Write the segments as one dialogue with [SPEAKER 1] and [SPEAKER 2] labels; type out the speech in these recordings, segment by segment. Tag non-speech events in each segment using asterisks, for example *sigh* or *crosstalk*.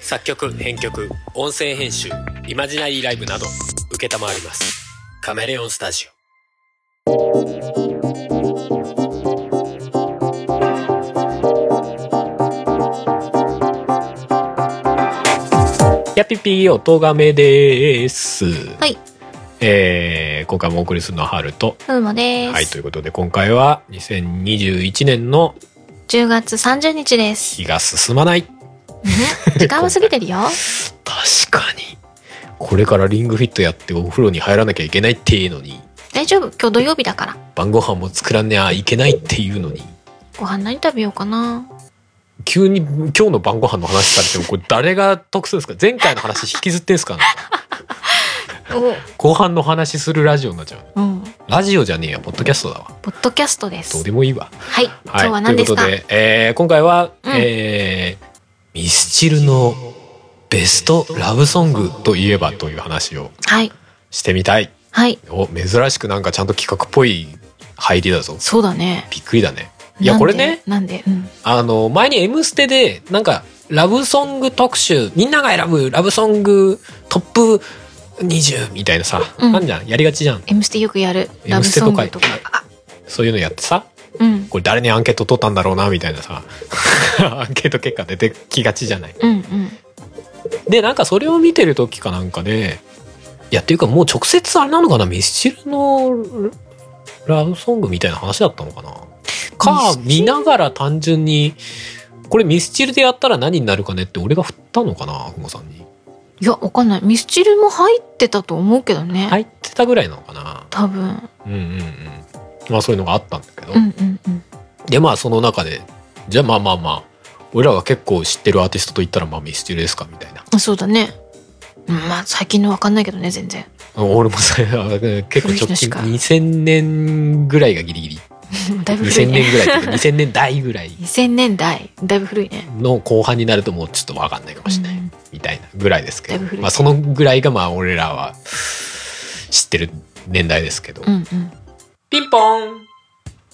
[SPEAKER 1] 作曲編曲音声編集イマジナリーライブなど承りますカメレオンスタジオやっぴっぴー音がめです
[SPEAKER 2] はい、
[SPEAKER 1] えー今回もお送りするのはハルと
[SPEAKER 2] ふうもです。
[SPEAKER 1] はいということで今回は2021年の
[SPEAKER 2] 10月30日です。
[SPEAKER 1] 日が進まない
[SPEAKER 2] 時間は過ぎてるよ。
[SPEAKER 1] 確かにこれからリングフィットやってお風呂に入らなきゃいけないっていうのに
[SPEAKER 2] 大丈夫、今日土曜日だから。
[SPEAKER 1] 晩ご飯も作らんねゃいけないっていうのに
[SPEAKER 2] ご飯何食べようかな。
[SPEAKER 1] 急に今日の晩ご飯の話されてもこれ誰が得するんですか前回の話引きずってんすか、後半の話するラジオになっちゃう
[SPEAKER 2] お、うん、
[SPEAKER 1] ラジオじゃねえやポッドキャストだわ
[SPEAKER 2] ポッドキャストで
[SPEAKER 1] どう
[SPEAKER 2] す。
[SPEAKER 1] でもいいわ
[SPEAKER 2] はい、今
[SPEAKER 1] はい
[SPEAKER 2] 日は何ですか。
[SPEAKER 1] ということで、えー今回は、
[SPEAKER 2] うん
[SPEAKER 1] えーミスチルのベストラブソングといえばという話を
[SPEAKER 2] はい、
[SPEAKER 1] してみたい
[SPEAKER 2] はい、
[SPEAKER 1] お珍しくなんかちゃんと企画っぽい入りだぞ
[SPEAKER 2] そうだね。
[SPEAKER 1] びっくりだねいや
[SPEAKER 2] なんで
[SPEAKER 1] これね
[SPEAKER 2] なんで、うん、
[SPEAKER 1] あの前に「M ステ」でなんかラブソング特集みんなが選ぶラブソングトップ20みたいなさ、
[SPEAKER 2] うん
[SPEAKER 1] なんじゃんやりがちじゃん
[SPEAKER 2] M ステよくやる。ラ
[SPEAKER 1] M
[SPEAKER 2] ブ
[SPEAKER 1] ステ
[SPEAKER 2] ソ
[SPEAKER 1] と
[SPEAKER 2] ン
[SPEAKER 1] か
[SPEAKER 2] グとか。あ
[SPEAKER 1] そういうのやってさ
[SPEAKER 2] うん、
[SPEAKER 1] これ誰にアンケート取ったんだろうなみたいなさ *laughs* アンケート結果出てきがちじゃない
[SPEAKER 2] うん、うん、
[SPEAKER 1] でなんかそれを見てる時かなんかでいやっていうかもう直接あれなのかなミスチルのララブソングみたいな話だったのかなか見ながら単純にこれミスチルでやったら何になるかねって俺が振ったのかな悪魔さんに
[SPEAKER 2] いや、わかんない。ミスチルも入ってたと思うけどね。
[SPEAKER 1] 入ってたぐらいなのかな
[SPEAKER 2] 多分。
[SPEAKER 1] うんうんうんまあそういうのがあったんだけど、
[SPEAKER 2] うん、うん、うん。
[SPEAKER 1] でまあその中でじゃあまあまあまあ俺らが結構知ってるアーティストといったらまあミスチルですかみたいな
[SPEAKER 2] あそうだね。うんまあ、最近のわかんないけどね、全然。 *laughs*
[SPEAKER 1] 俺もそれは *laughs* 結構
[SPEAKER 2] 古い人
[SPEAKER 1] 直
[SPEAKER 2] し
[SPEAKER 1] 近
[SPEAKER 2] か
[SPEAKER 1] 2000年ぐらいがギリギリ
[SPEAKER 2] だいぶ古
[SPEAKER 1] 2000
[SPEAKER 2] いね。
[SPEAKER 1] 年ぐらいっていうか2000年代ぐらい
[SPEAKER 2] 2000年代。だいぶ古いね。
[SPEAKER 1] の後半になるともうちょっとわかんないかもしれない
[SPEAKER 2] うん
[SPEAKER 1] みたいなぐらいですけ
[SPEAKER 2] だいぶ
[SPEAKER 1] ど、
[SPEAKER 2] 古い
[SPEAKER 1] まあ、そのぐらいがまあ俺らは知ってる年代ですけど、
[SPEAKER 2] うん、うん。
[SPEAKER 1] ピンポーン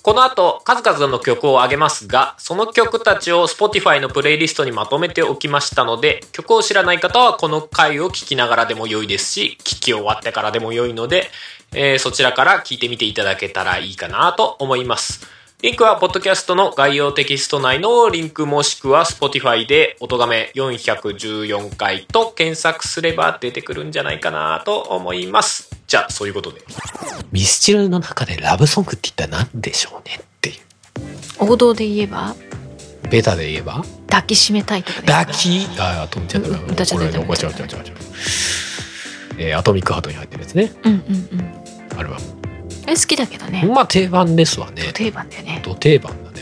[SPEAKER 1] この後数々の曲を上げますがその曲たちを Spotify のプレイリストにまとめておきましたので曲を知らない方はこの回を聴きながらでも良いですし聴き終わってからでも良いので、えーそちらから聴いてみていただけたらいいかなと思いますリンクはポッドキャストの概要テキスト内のリンクもしくは Spotify で音がめ414回と検索すれば出てくるんじゃないかなと思いますじゃあそういうことでミスチルの中でラブソングって一体何でしょうねってい
[SPEAKER 2] 王道で言えば
[SPEAKER 1] う。ベタで言えば
[SPEAKER 2] 抱きしめたいとかですか
[SPEAKER 1] 抱き、ああ、飛んじゃった。
[SPEAKER 2] うんうん歌っちゃっ
[SPEAKER 1] 怒
[SPEAKER 2] た
[SPEAKER 1] られ怒っちゃう、怒っちゃう、怒っちゃう。えーアトミックハートに入ってるやつね、
[SPEAKER 2] うんうんうん
[SPEAKER 1] アルバ
[SPEAKER 2] え好きだけどね
[SPEAKER 1] ム。まあ定番ですわね。
[SPEAKER 2] 定番だよね
[SPEAKER 1] ど定番だね。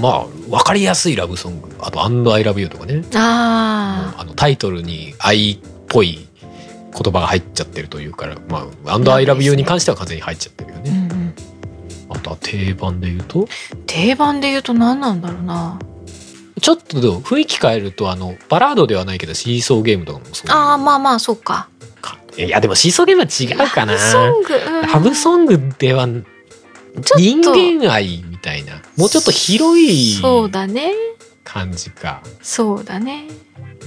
[SPEAKER 1] まあ、わかりやすいラブソング。あと、and I love you とかね。
[SPEAKER 2] あ
[SPEAKER 1] あのタイトルに愛っぽい言葉が入っちゃってるというから、まあ、and I love you に関しては完全に入っちゃってるよ
[SPEAKER 2] あ、うん
[SPEAKER 1] ね。
[SPEAKER 2] うん、
[SPEAKER 1] あとは定番で言うと、
[SPEAKER 2] 定番で言うと何なんだろうな
[SPEAKER 1] ちょっとでも雰囲気変えるとあのバラードではないけどシーソーゲームとかもそう
[SPEAKER 2] ああまあまあそうか
[SPEAKER 1] かいやでもシーソーゲームは違うかな
[SPEAKER 2] ラブソング、うん、
[SPEAKER 1] ハブソングでは
[SPEAKER 2] ちょっと
[SPEAKER 1] 人間愛みたいなもうちょっと広い
[SPEAKER 2] そうだね
[SPEAKER 1] 感じか
[SPEAKER 2] そうだね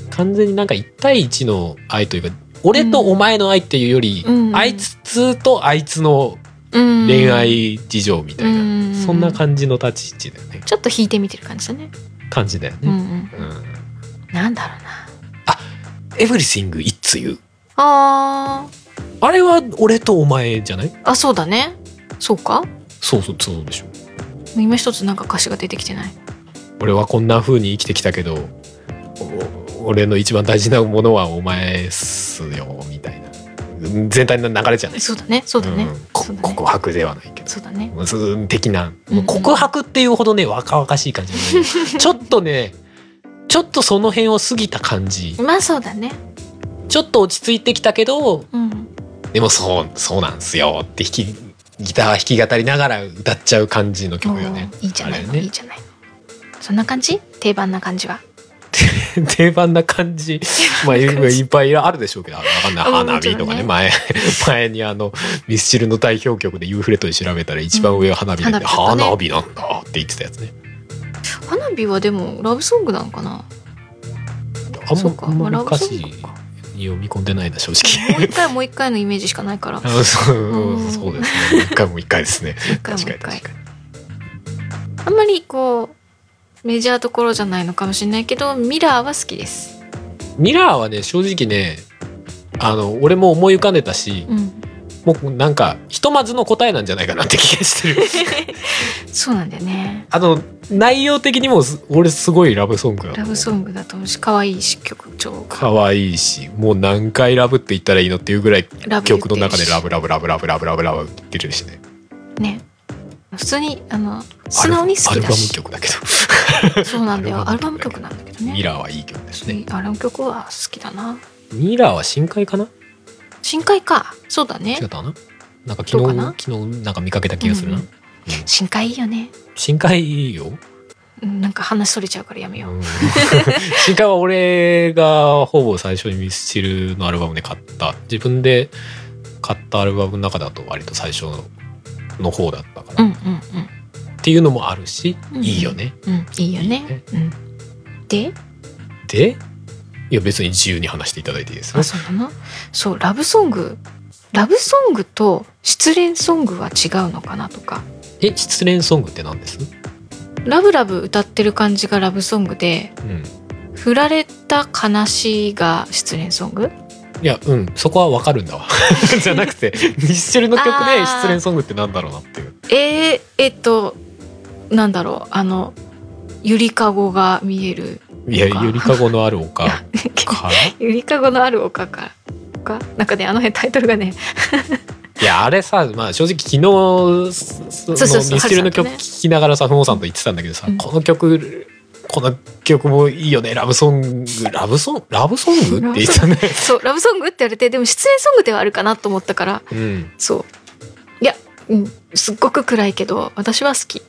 [SPEAKER 1] 完全になんか1対1の愛というか俺とお前の愛っていうより、
[SPEAKER 2] うん
[SPEAKER 1] あいつとあいつの
[SPEAKER 2] うん
[SPEAKER 1] 恋愛事情みたいな、
[SPEAKER 2] うん
[SPEAKER 1] そんな感じの立ち位置だよね
[SPEAKER 2] ちょっと弾いてみてる感じだね
[SPEAKER 1] 感じだよ
[SPEAKER 2] うんう
[SPEAKER 1] ね、
[SPEAKER 2] ん
[SPEAKER 1] うん
[SPEAKER 2] なんだろうな
[SPEAKER 1] エブリシング・イッツ・ユー
[SPEAKER 2] あ
[SPEAKER 1] あれは俺とお前じゃない
[SPEAKER 2] ーあそうだねそうか
[SPEAKER 1] そうそうそうでしょ
[SPEAKER 2] 今一つなんか歌詞が出てきてない
[SPEAKER 1] 俺はこんな風に生きてきたけどお俺の一番大事なものはお前っすよみたいなうん全体の流れじゃない
[SPEAKER 2] そうだねそうだね、
[SPEAKER 1] うんこ
[SPEAKER 2] そうだね
[SPEAKER 1] 告白ではないけど
[SPEAKER 2] そうだね
[SPEAKER 1] うん的な、
[SPEAKER 2] うんうん
[SPEAKER 1] 告白っていうほどね若々しい感じじゃない
[SPEAKER 2] *laughs*
[SPEAKER 1] ちょっとねちょっとその辺を過ぎた感じ
[SPEAKER 2] まあそうだね
[SPEAKER 1] ちょっと落ち着いてきたけど
[SPEAKER 2] うん
[SPEAKER 1] でもそうそうなんすよって弾きギター弾き語りながら歌っちゃう感じの曲よね
[SPEAKER 2] もういいじゃない
[SPEAKER 1] あ
[SPEAKER 2] の、
[SPEAKER 1] れね
[SPEAKER 2] いいじゃないのそんな感じ定番な感じは
[SPEAKER 1] *laughs* 定番な感
[SPEAKER 2] *laughs*
[SPEAKER 1] じ。まあ、い
[SPEAKER 2] 感じ
[SPEAKER 1] っぱいあるでしょうけど、わかんない。
[SPEAKER 2] あ
[SPEAKER 1] 花火とか
[SPEAKER 2] もちろん
[SPEAKER 1] ね、
[SPEAKER 2] ね
[SPEAKER 1] 前、 *laughs* 前にあの、ミスチルの代表曲でユーフレットで調べたら一番上は花火なんで、
[SPEAKER 2] うん花火だ
[SPEAKER 1] 花
[SPEAKER 2] っ
[SPEAKER 1] 火なんだって言ってたやつね。
[SPEAKER 2] 花火はでもラブソングなのかな
[SPEAKER 1] ああん
[SPEAKER 2] そう
[SPEAKER 1] ま
[SPEAKER 2] か
[SPEAKER 1] あんまり
[SPEAKER 2] まあ
[SPEAKER 1] 歌詞
[SPEAKER 2] ラブソングか
[SPEAKER 1] 読み込んでないな正直
[SPEAKER 2] もう一回もう一回のイメージしかないから。もう
[SPEAKER 1] *laughs* あそう
[SPEAKER 2] うん
[SPEAKER 1] そうですね。一回も一回ですね。
[SPEAKER 2] 一回も
[SPEAKER 1] 確
[SPEAKER 2] う
[SPEAKER 1] かに
[SPEAKER 2] 一回
[SPEAKER 1] 確。かに。
[SPEAKER 2] あんまりこうメジャーどころじゃないのかもしれないけどミラーは好きです。
[SPEAKER 1] ミラーはね正直ねあの俺も思い浮かんでたし
[SPEAKER 2] う、ん。
[SPEAKER 1] もうなんかひとまずの答えなんじゃないかなって気がしてる。
[SPEAKER 2] *laughs* そうなんだよね。
[SPEAKER 1] あの内容的にもす俺すごいラブソングだと
[SPEAKER 2] ラ
[SPEAKER 1] 思
[SPEAKER 2] ブ
[SPEAKER 1] う。
[SPEAKER 2] ソングだと思うし可愛いし曲調が
[SPEAKER 1] 可愛いしもう何回ラブって言ったらいいのっていうぐらい
[SPEAKER 2] ラブ言っ
[SPEAKER 1] 曲
[SPEAKER 2] てる
[SPEAKER 1] の
[SPEAKER 2] し
[SPEAKER 1] 中でラブラブラブラブラブラブラブって言ってるしね
[SPEAKER 2] ね。普通にあの素直に好
[SPEAKER 1] ア
[SPEAKER 2] き
[SPEAKER 1] ルバ
[SPEAKER 2] だ
[SPEAKER 1] ム
[SPEAKER 2] し。
[SPEAKER 1] 曲だけ
[SPEAKER 2] そうなんだよ。
[SPEAKER 1] ア
[SPEAKER 2] ア
[SPEAKER 1] ル
[SPEAKER 2] ル
[SPEAKER 1] バム
[SPEAKER 2] バム
[SPEAKER 1] 曲
[SPEAKER 2] 曲
[SPEAKER 1] だ
[SPEAKER 2] なんだけど
[SPEAKER 1] ど
[SPEAKER 2] ね。
[SPEAKER 1] ミラーはいい曲ですね
[SPEAKER 2] アルバム曲は好きだな。
[SPEAKER 1] ミラーは深海かな
[SPEAKER 2] 深海か。そうだね
[SPEAKER 1] 違っ。たかななんか
[SPEAKER 2] ど
[SPEAKER 1] 昨
[SPEAKER 2] うか
[SPEAKER 1] 日
[SPEAKER 2] な
[SPEAKER 1] 昨日なんか見かけた気がするな、
[SPEAKER 2] うんうん深海いいよね。
[SPEAKER 1] 深海いいよ、
[SPEAKER 2] うんなんか話それちゃうからやめよう。
[SPEAKER 1] 深海は俺がほぼ最初にミスチルのアルバムで買った自分で買ったアルバムの中だと割と最初の方だったから、
[SPEAKER 2] うんう
[SPEAKER 1] っ
[SPEAKER 2] んう
[SPEAKER 1] ていうのもあるし、
[SPEAKER 2] うん
[SPEAKER 1] いいよね
[SPEAKER 2] んうんいいよ
[SPEAKER 1] いい
[SPEAKER 2] ね
[SPEAKER 1] ね。
[SPEAKER 2] うん。で、
[SPEAKER 1] でいや別に自由に話していただいていいです
[SPEAKER 2] あ
[SPEAKER 1] よ
[SPEAKER 2] そうなの。そうラブソング、ラブソングと失恋ソングは違うのかなとか。
[SPEAKER 1] え失恋ソングって何です、
[SPEAKER 2] ラブラブ歌ってる感じがラブソングで、
[SPEAKER 1] うん、
[SPEAKER 2] 振られた悲しいが失恋ソング？
[SPEAKER 1] いやうんそこはわかるんだわ *laughs* じゃなくてミスチルの曲で失恋ソングってなんだろうなっていう
[SPEAKER 2] えー、えっとなんだろうあのゆりかごが見える。
[SPEAKER 1] いや
[SPEAKER 2] そうか
[SPEAKER 1] ゆりかごのある丘 *laughs* から
[SPEAKER 2] *laughs* ゆりかごのある丘か丘なんかねあの辺タイトル
[SPEAKER 1] *laughs*
[SPEAKER 2] がね
[SPEAKER 1] いやあれさ、まあ、正直昨日そ
[SPEAKER 2] そうそう
[SPEAKER 1] のミスチルの
[SPEAKER 2] 春さん
[SPEAKER 1] 曲
[SPEAKER 2] とね
[SPEAKER 1] 聴きながらさふもさんと言ってたんだけどさ、
[SPEAKER 2] うん
[SPEAKER 1] この曲この曲もいいよねラブソングラブソングラブソングって言ってたね。
[SPEAKER 2] そうラブソングって言われてでも失恋ソングではあるかなと思ったから
[SPEAKER 1] うん、
[SPEAKER 2] そういや、うん、すっごく暗いけど私は好き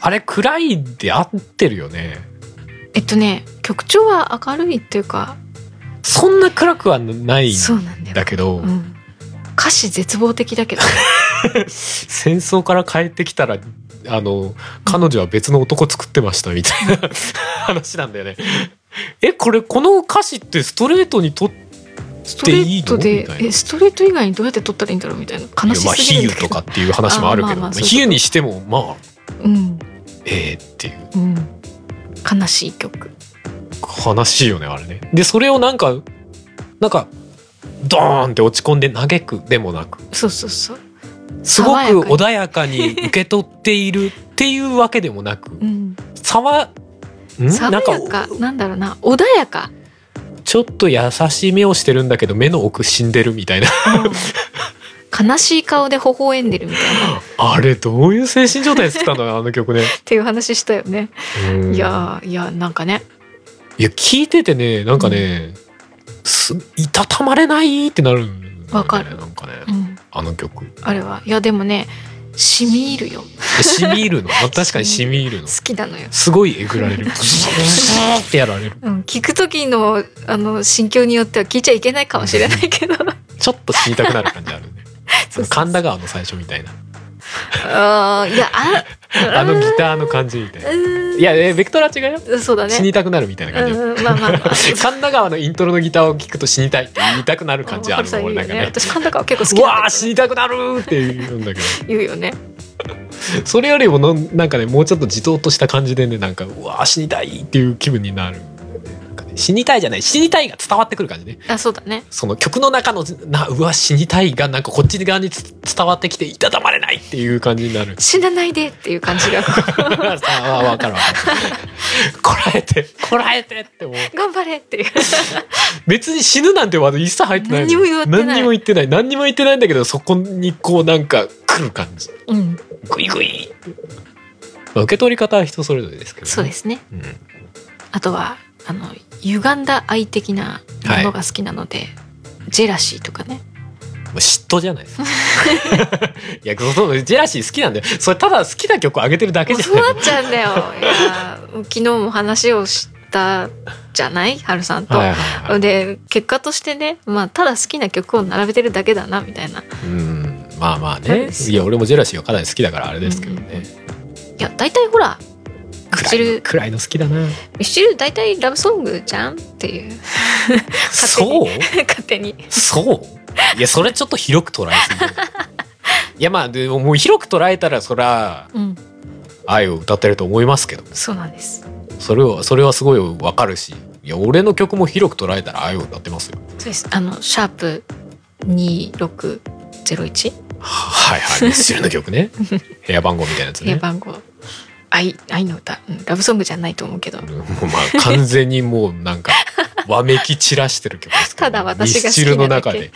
[SPEAKER 1] あれ暗いで合ってるよね
[SPEAKER 2] えっとね曲調は明るいっていうか
[SPEAKER 1] そんな暗くはないん
[SPEAKER 2] そうなんだよ
[SPEAKER 1] だけど、
[SPEAKER 2] うん、歌詞絶望的だけど
[SPEAKER 1] 戦争から帰ってきたらあの彼女は別の男作ってましたみたいな話なんだよね。えこれこの歌詞ってストレートにとっ
[SPEAKER 2] ストレー
[SPEAKER 1] *laughs*
[SPEAKER 2] ト
[SPEAKER 1] でいいのみ
[SPEAKER 2] で
[SPEAKER 1] たいな
[SPEAKER 2] えストレート以外にどうやって撮ったらいいんだろうみたいな悲
[SPEAKER 1] まあ
[SPEAKER 2] しすぎ
[SPEAKER 1] 比
[SPEAKER 2] る
[SPEAKER 1] 喩
[SPEAKER 2] んだけ
[SPEAKER 1] と
[SPEAKER 2] ど、
[SPEAKER 1] かっていう話もあるけ
[SPEAKER 2] あ
[SPEAKER 1] ど
[SPEAKER 2] まあまあそういうこと
[SPEAKER 1] 比喩にしてもまあ
[SPEAKER 2] うん
[SPEAKER 1] ええっていう
[SPEAKER 2] うん悲しい曲
[SPEAKER 1] 悲しいよねあれね。でそれをなんかなんかドーンって落ち込んで嘆くでもなく
[SPEAKER 2] そうそうそう
[SPEAKER 1] すごく
[SPEAKER 2] 爽やかに
[SPEAKER 1] 穏やかに受け取っているっていうわけでもなく
[SPEAKER 2] うん
[SPEAKER 1] さわん
[SPEAKER 2] 爽
[SPEAKER 1] なん
[SPEAKER 2] や
[SPEAKER 1] か
[SPEAKER 2] かなんだろうな穏やか、
[SPEAKER 1] ちょっと優しい目をしてるんだけど目の奥死んでるみたいな *laughs*
[SPEAKER 2] 悲しい顔で微笑んでるみたい
[SPEAKER 1] *laughs*
[SPEAKER 2] なっ
[SPEAKER 1] あれどういう精神状態作ったんだろ
[SPEAKER 2] *laughs*
[SPEAKER 1] うあの曲ね。
[SPEAKER 2] ていう話したよね、
[SPEAKER 1] うん
[SPEAKER 2] いやーいやなんかね
[SPEAKER 1] いや聞いててねなんかね、すいたたまれないってなるんだよね
[SPEAKER 2] わかる
[SPEAKER 1] なんかね、
[SPEAKER 2] うん
[SPEAKER 1] あの曲
[SPEAKER 2] あれはいやでもね染み入るよ
[SPEAKER 1] 染み入
[SPEAKER 2] *laughs*
[SPEAKER 1] るのまあ確かに染み入るの
[SPEAKER 2] 好きなのよ、
[SPEAKER 1] すごいえぐられるブーってやられる
[SPEAKER 2] うん、聞く時のあの心境によっては聞いちゃいけないかもしれない
[SPEAKER 1] *laughs*
[SPEAKER 2] けど
[SPEAKER 1] ちょっと死にたくなる感じあるね
[SPEAKER 2] *laughs* そうそうそう
[SPEAKER 1] 神田川の最初みたいな
[SPEAKER 2] あーいやあ
[SPEAKER 1] *laughs* あのギターの感じみたいな
[SPEAKER 2] う
[SPEAKER 1] いやえベクトルは違うよ
[SPEAKER 2] ーんそうだね
[SPEAKER 1] 死にたくなるみたいな感じ
[SPEAKER 2] うんまあ *laughs* まあまあ
[SPEAKER 1] 神田川のイントロのギターを聞くと死にたいって言いたくなる *laughs* 感じある
[SPEAKER 2] さ
[SPEAKER 1] の
[SPEAKER 2] ん言
[SPEAKER 1] 俺
[SPEAKER 2] う
[SPEAKER 1] な
[SPEAKER 2] よ
[SPEAKER 1] んかね
[SPEAKER 2] ね私神田川結構
[SPEAKER 1] う
[SPEAKER 2] 好きな
[SPEAKER 1] わ
[SPEAKER 2] んだ
[SPEAKER 1] ー
[SPEAKER 2] け
[SPEAKER 1] 死にたくなるって言うんだけど
[SPEAKER 2] ど言うよね
[SPEAKER 1] それよりものなんかねもうちょっとじとっとした感じでねなんかうわー死にたいっていう気分になる、なんかね、死にたいじゃない死にたいが伝わってくる感じね
[SPEAKER 2] あそうだね
[SPEAKER 1] その曲の中のなうわ死にたいがなんかこっち側につ伝わってきていたたまれないっていう感じにな
[SPEAKER 2] *laughs*
[SPEAKER 1] る *laughs*
[SPEAKER 2] 死なないでっていう感じがこ
[SPEAKER 1] さあ分かる分かるこらえてこらえてってもう
[SPEAKER 2] う頑張れっていう
[SPEAKER 1] 別に死ぬなんてワード一切入ってないの
[SPEAKER 2] 何にも言ってな
[SPEAKER 1] 何にも言ってな
[SPEAKER 2] い
[SPEAKER 1] い何にも言ってないんだけどそこにこうなんか来る感じ
[SPEAKER 2] うん
[SPEAKER 1] グイグイまあ受け取り方は人それぞれですけど、ね、
[SPEAKER 2] そうですね
[SPEAKER 1] うん、
[SPEAKER 2] あとはあの歪んだ愛的なものが好きなので、ジェラシーと
[SPEAKER 1] *laughs*
[SPEAKER 2] かね
[SPEAKER 1] もう嫉妬じゃないですか。 *laughs* いや、そうそう、ジェラシー好きなんだよ。それただ好きな曲上げてるだけ
[SPEAKER 2] もう
[SPEAKER 1] じゃ
[SPEAKER 2] そう
[SPEAKER 1] ない。
[SPEAKER 2] なっちゃうんだよいやもう昨日も話をしたじゃない春さんと。
[SPEAKER 1] はいはいはい。
[SPEAKER 2] で結果としてね、まあ、ただ好きな曲を並べてるだけだなみたいな
[SPEAKER 1] うん、まあまあ
[SPEAKER 2] そう
[SPEAKER 1] ね
[SPEAKER 2] で。す
[SPEAKER 1] いや、俺もジェラシーはかなり好きだからあれですけどね。
[SPEAKER 2] いや大体ほらミスチル
[SPEAKER 1] 暗いの好きだな
[SPEAKER 2] ミスチル大体ラブソングじゃんっていう勝手に
[SPEAKER 1] そう
[SPEAKER 2] 勝手に
[SPEAKER 1] そういやそれちょっと広く捉えすぎ
[SPEAKER 2] *laughs*
[SPEAKER 1] るいやまあでももう広く捉えたらそりゃ
[SPEAKER 2] うん
[SPEAKER 1] 愛を歌ってると思いますけど
[SPEAKER 2] そうなんです
[SPEAKER 1] それはそれはすごいわかるしいや俺の曲も広く捉えたら愛を歌ってますよ
[SPEAKER 2] そうですあのシャープ2601
[SPEAKER 1] はいはいミスチルの曲
[SPEAKER 2] *laughs*
[SPEAKER 1] ね部屋番号みたいなやつ
[SPEAKER 2] 部屋
[SPEAKER 1] ね
[SPEAKER 2] 番号、愛愛の歌、うんラブソングじゃないと思うけど
[SPEAKER 1] もうまあ完全にもうなんかわめき散らしてる曲ですけど
[SPEAKER 2] ただ私が
[SPEAKER 1] ミス
[SPEAKER 2] 好きなだけ
[SPEAKER 1] チルの中で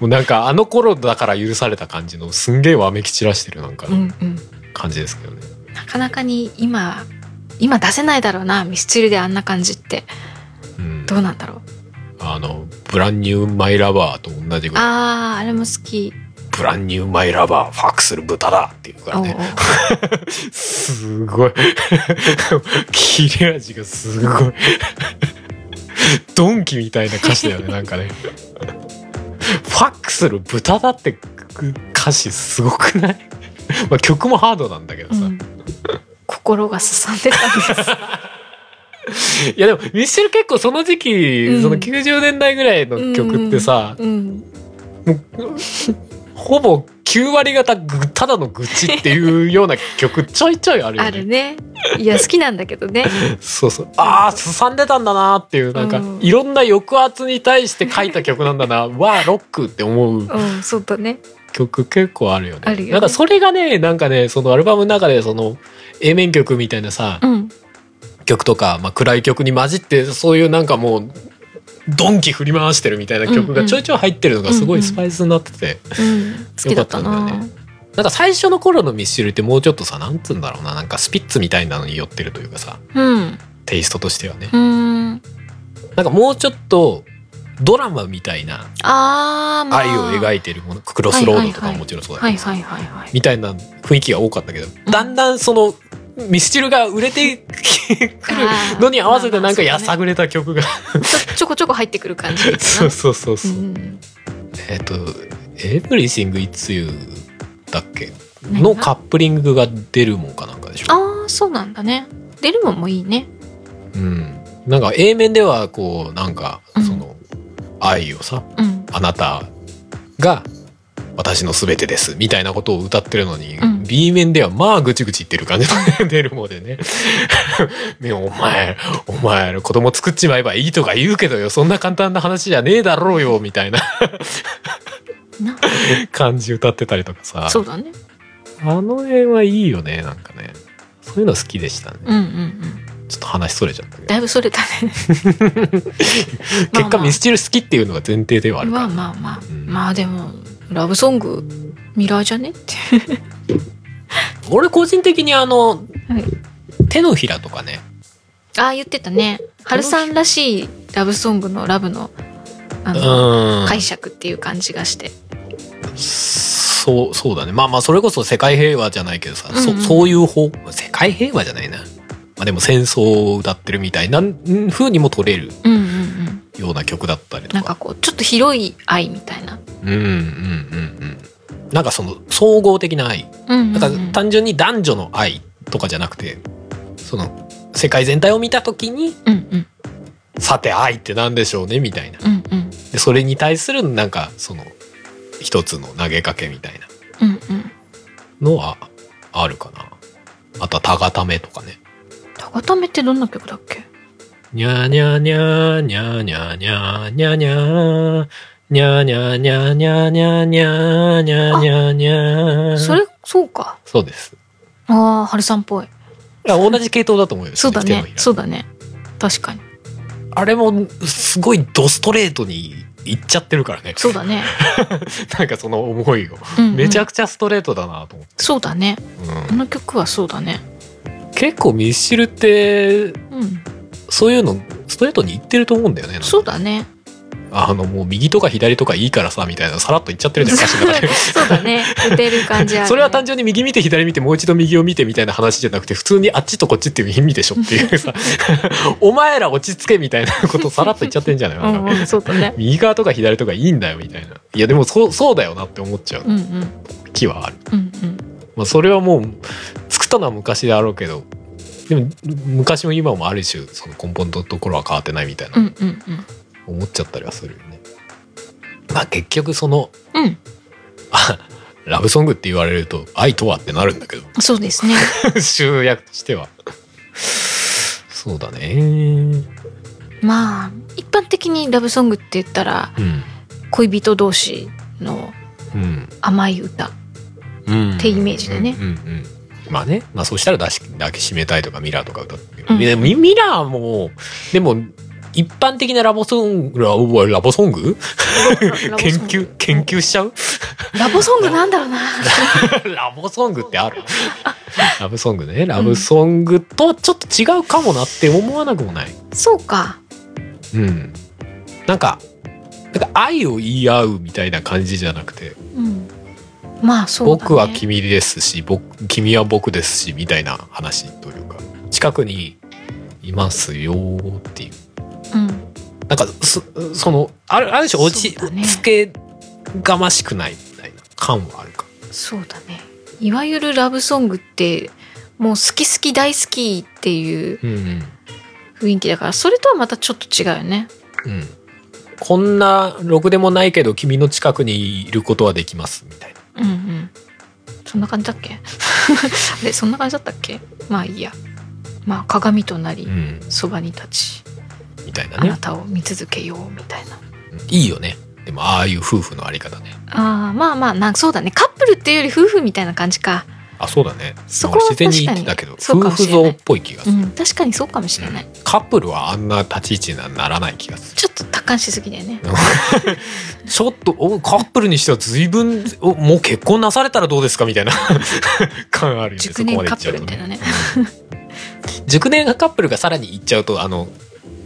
[SPEAKER 1] もうなんかあの頃だから許された感じのすんげえわめき散らしてるなんか
[SPEAKER 2] うんうん
[SPEAKER 1] 感じですけどね、
[SPEAKER 2] なかなかに今今出せないだろうなミスチルであんな感じって
[SPEAKER 1] うん、
[SPEAKER 2] どうなんだろう
[SPEAKER 1] あのブランニューマイラバーと同じぐらい
[SPEAKER 2] あーあれも好き
[SPEAKER 1] ブランニューマイラバーファックする豚だっていうから
[SPEAKER 2] おうおう
[SPEAKER 1] ねすごい *laughs* 切れ味がすごいドンキみたいな歌詞
[SPEAKER 2] *laughs*
[SPEAKER 1] だよねなんかねファックする豚だって歌詞すごくないまあ曲もハードなんだけどさ、
[SPEAKER 2] うん
[SPEAKER 1] い
[SPEAKER 2] 心がすさんでたんです
[SPEAKER 1] やでもミスチル結構その時期、
[SPEAKER 2] うん
[SPEAKER 1] その90年代ぐらいの曲って *laughs* さ、
[SPEAKER 2] うん
[SPEAKER 1] ほぼ9割方ぐただの愚痴っていうような曲ちょいちょいあるよね
[SPEAKER 2] あるねいや好きなんだけど
[SPEAKER 1] *laughs*
[SPEAKER 2] ね
[SPEAKER 1] そうそうああすさんでたんだなっていうなんか、
[SPEAKER 2] うん
[SPEAKER 1] いろんな抑圧に対して書いた曲なんだ
[SPEAKER 2] *laughs*
[SPEAKER 1] なわあロックって思う
[SPEAKER 2] うんそうだね
[SPEAKER 1] 曲結構あるよね
[SPEAKER 2] あるよね
[SPEAKER 1] なんかそれがねなんかねそのアルバムの中でその A 面曲みたいなさ、
[SPEAKER 2] うん
[SPEAKER 1] 曲とか、まあ、暗い曲に混じってそういうなんかもうドンキ振り回してるみたいな曲
[SPEAKER 2] うんう
[SPEAKER 1] が
[SPEAKER 2] ん
[SPEAKER 1] ちょいちょい入ってるのがすごいスパイスになってて、
[SPEAKER 2] うん好きだった
[SPEAKER 1] よかったん
[SPEAKER 2] な
[SPEAKER 1] だよなんか最初の頃のミスチルってもうちょっとさなんつうんだろうななんかスピッツみたいなのに寄ってるというかさ
[SPEAKER 2] うん
[SPEAKER 1] テイストとしてはね
[SPEAKER 2] うん
[SPEAKER 1] なんかもうちょっとドラマみたいな
[SPEAKER 2] あー、まあ、
[SPEAKER 1] 愛を描
[SPEAKER 2] い
[SPEAKER 1] いてるもの、クロスロードとかももちろんそうだ
[SPEAKER 2] は
[SPEAKER 1] け
[SPEAKER 2] い
[SPEAKER 1] どさ、
[SPEAKER 2] はいはいはい
[SPEAKER 1] みたいな雰囲気が多かったけど、
[SPEAKER 2] うん
[SPEAKER 1] だんだんそのミスチルが売れてくる
[SPEAKER 2] あー
[SPEAKER 1] のに合わせてなんか
[SPEAKER 2] まあまあ
[SPEAKER 1] やさぐれた曲が、
[SPEAKER 2] ちょちょこちょこ入ってくる感 *laughs* じ
[SPEAKER 1] そうそうそう
[SPEAKER 2] う
[SPEAKER 1] そう、
[SPEAKER 2] ん
[SPEAKER 1] えっ、と「Everything It's You」だっけ
[SPEAKER 2] 何が
[SPEAKER 1] のカップリングが出るもんかなんかでしょ、
[SPEAKER 2] ああそうなんだね出るもんもいいね
[SPEAKER 1] うん、なんか A 面ではこうなんかその愛をさ、
[SPEAKER 2] うん
[SPEAKER 1] あなたが私の全てですみたいなことを歌ってるのに、
[SPEAKER 2] うん
[SPEAKER 1] B 面ではまあぐちぐち言ってる感じの *laughs* 出るもんでねねお前お前子供作っちまえばいいとか言うけどよそんな簡単な話じゃねえだろうよみたいな *laughs*
[SPEAKER 2] な
[SPEAKER 1] 感じ歌ってたりとかさ
[SPEAKER 2] そうだね
[SPEAKER 1] あの辺はいいよねなんかねそういうの好きでしたね、
[SPEAKER 2] うんうんうん
[SPEAKER 1] ちょっと話それちゃったけど
[SPEAKER 2] だいぶそれたね *laughs* まあ
[SPEAKER 1] 結果ミスチル好きっていうのが前提ではあるから、
[SPEAKER 2] まあまあまあ
[SPEAKER 1] うん
[SPEAKER 2] まあでもラブソングミラーじゃねって
[SPEAKER 1] 俺個人的にあの、
[SPEAKER 2] はい
[SPEAKER 1] 手のひらとかね
[SPEAKER 2] ああ言ってたね春さんらしいラブソングのラブのあの
[SPEAKER 1] うん
[SPEAKER 2] 解釈っていう感じがして
[SPEAKER 1] そうそうだねまあまあそれこそ世界平和じゃないけどさ、
[SPEAKER 2] うんうん
[SPEAKER 1] そそういう方世界平和じゃないな、まあ、でも戦争を歌ってるみたいなんん風にも取れる
[SPEAKER 2] うんうんうん
[SPEAKER 1] ような曲だったりと
[SPEAKER 2] なん
[SPEAKER 1] か
[SPEAKER 2] かこうちょっと広い愛みたいな
[SPEAKER 1] うんうんうんうんなんかその総合的な愛
[SPEAKER 2] うんうんうん
[SPEAKER 1] なんか単純に男女の愛とかじゃなくてその世界全体を見た時に
[SPEAKER 2] うんうん
[SPEAKER 1] さて愛って何でしょうねみたいな
[SPEAKER 2] うんうん
[SPEAKER 1] でそれに対するなんかその一つの投げかけみたいな
[SPEAKER 2] うんうん
[SPEAKER 1] のはあるかなあとは「たがため」とかね
[SPEAKER 2] 高ためってどんな曲だっけ
[SPEAKER 1] にゃーにゃーにゃーにゃーにゃーにゃーにゃーにゃーにゃーにゃーにゃーにゃーにゃーにゃーにゃーにゃーにゃー
[SPEAKER 2] それそうか
[SPEAKER 1] そうです
[SPEAKER 2] ああ春さんっぽい
[SPEAKER 1] いや同じ系統だと思うよ
[SPEAKER 2] そうだ
[SPEAKER 1] 手の
[SPEAKER 2] ね
[SPEAKER 1] ひら
[SPEAKER 2] そうだね確かに
[SPEAKER 1] あれもすごいドストレートにいっちゃってるからね
[SPEAKER 2] そうだね、
[SPEAKER 1] なんかその思いを
[SPEAKER 2] うんうん
[SPEAKER 1] めちゃくちゃストレートだなと思って、
[SPEAKER 2] そうだね
[SPEAKER 1] う
[SPEAKER 2] こ
[SPEAKER 1] ん
[SPEAKER 2] の曲はそうだね
[SPEAKER 1] 結構ミスチルって
[SPEAKER 2] うん
[SPEAKER 1] そういうのストレートにいってると思うんだよねなんか
[SPEAKER 2] そうだね
[SPEAKER 1] あのもう右とか左とかいいからさみたいな
[SPEAKER 2] *laughs*
[SPEAKER 1] さらっと言っちゃってるじゃん歌詞の中で
[SPEAKER 2] そうだね打てる感じある、ね、
[SPEAKER 1] それは単純に右見て左見てもう一度右を見てみたいな話じゃなくて普通にあっちとこっちっていう意味でしょっていう
[SPEAKER 2] *laughs*
[SPEAKER 1] さお前ら落ち着けみたいなことさらっと言っちゃってんじゃないなんか
[SPEAKER 2] うんうんそうだね
[SPEAKER 1] 右側とか左とかいいんだよみたいないやでもそうそうだよなって思っちゃう
[SPEAKER 2] うんうん
[SPEAKER 1] 気はある、
[SPEAKER 2] うんうん
[SPEAKER 1] まあ、それはもう作っったのは昔であろうけどでも昔も今もある種その根本のところは変わってないみたいな、
[SPEAKER 2] うんうん
[SPEAKER 1] 思っちゃったりはするよね。まあ結局その
[SPEAKER 2] うんうん
[SPEAKER 1] あラブソングって言われると愛とはってなるんだけど
[SPEAKER 2] そうですね
[SPEAKER 1] *laughs*
[SPEAKER 2] *laughs*
[SPEAKER 1] 集約としてはそうだね
[SPEAKER 2] まあ一般的にラブソングって言ったら
[SPEAKER 1] うん
[SPEAKER 2] 恋人同士の
[SPEAKER 1] うん
[SPEAKER 2] 甘い歌
[SPEAKER 1] うん
[SPEAKER 2] ってイメージでね
[SPEAKER 1] うんうんうんまあね、まあ、そうしたら抱し抱きしめたいとかミラーとか歌って、
[SPEAKER 2] うん
[SPEAKER 1] でもミミラーもでも一般的なラボソングラボラボソング
[SPEAKER 2] ラボ
[SPEAKER 1] *laughs* 研
[SPEAKER 2] ソング
[SPEAKER 1] 究研究しちゃう
[SPEAKER 2] ラボソングなんだろうな
[SPEAKER 1] *laughs* ラボソングってあるラブソングねラブソングとちょっと違うかもなって思わなくもない
[SPEAKER 2] そうか
[SPEAKER 1] うん、なんかなんか愛を言い合うみたいな感じじゃなくて、
[SPEAKER 2] うんまあそうだね
[SPEAKER 1] 僕は君ですし僕君は僕ですしみたいな話というか近くにいますよっていう
[SPEAKER 2] うん
[SPEAKER 1] なんかそそのあるある種落ち
[SPEAKER 2] そうだね
[SPEAKER 1] つけがましくないみたいな感はあるか
[SPEAKER 2] そうだねいわゆるラブソングってもう好き好き大好きっていう
[SPEAKER 1] うんうん
[SPEAKER 2] 雰囲気だからそれとはまたちょっと違うよね
[SPEAKER 1] うんこんなろくでもないけど君の近くにいることはできますみたいな
[SPEAKER 2] うんうんそんな感じだっけ *laughs* あれそんな感じだったっけまあいいやまあ鏡となり
[SPEAKER 1] うん
[SPEAKER 2] そば、に立ち
[SPEAKER 1] みたいな
[SPEAKER 2] あな
[SPEAKER 1] ね
[SPEAKER 2] たを見続けようみたいな
[SPEAKER 1] うんいいよねでもああいう夫婦のあり方ね
[SPEAKER 2] あーまあまあなんかそうだねカップルっていうより夫婦みたいな感じか
[SPEAKER 1] あそうだね
[SPEAKER 2] そこは
[SPEAKER 1] 自然に言ってたけど
[SPEAKER 2] 確かに
[SPEAKER 1] 夫
[SPEAKER 2] そうかもし
[SPEAKER 1] 婦
[SPEAKER 2] れない
[SPEAKER 1] 像っぽい気がす
[SPEAKER 2] う
[SPEAKER 1] る、
[SPEAKER 2] ん確かにそうかもしれない、
[SPEAKER 1] カップルはあんな立ち位置にはならない気がする
[SPEAKER 2] ちょっと達観しすぎだよね
[SPEAKER 1] ちょっとおカップルにしては随分おもう結婚なされたらどうですかみたい
[SPEAKER 2] *laughs*
[SPEAKER 1] な感あるよね
[SPEAKER 2] 熟年
[SPEAKER 1] そこまで行
[SPEAKER 2] カ
[SPEAKER 1] っちゃ
[SPEAKER 2] ップ
[SPEAKER 1] う
[SPEAKER 2] ル
[SPEAKER 1] と
[SPEAKER 2] みたいなね
[SPEAKER 1] 熟年カップルがさらに行っちゃうとあの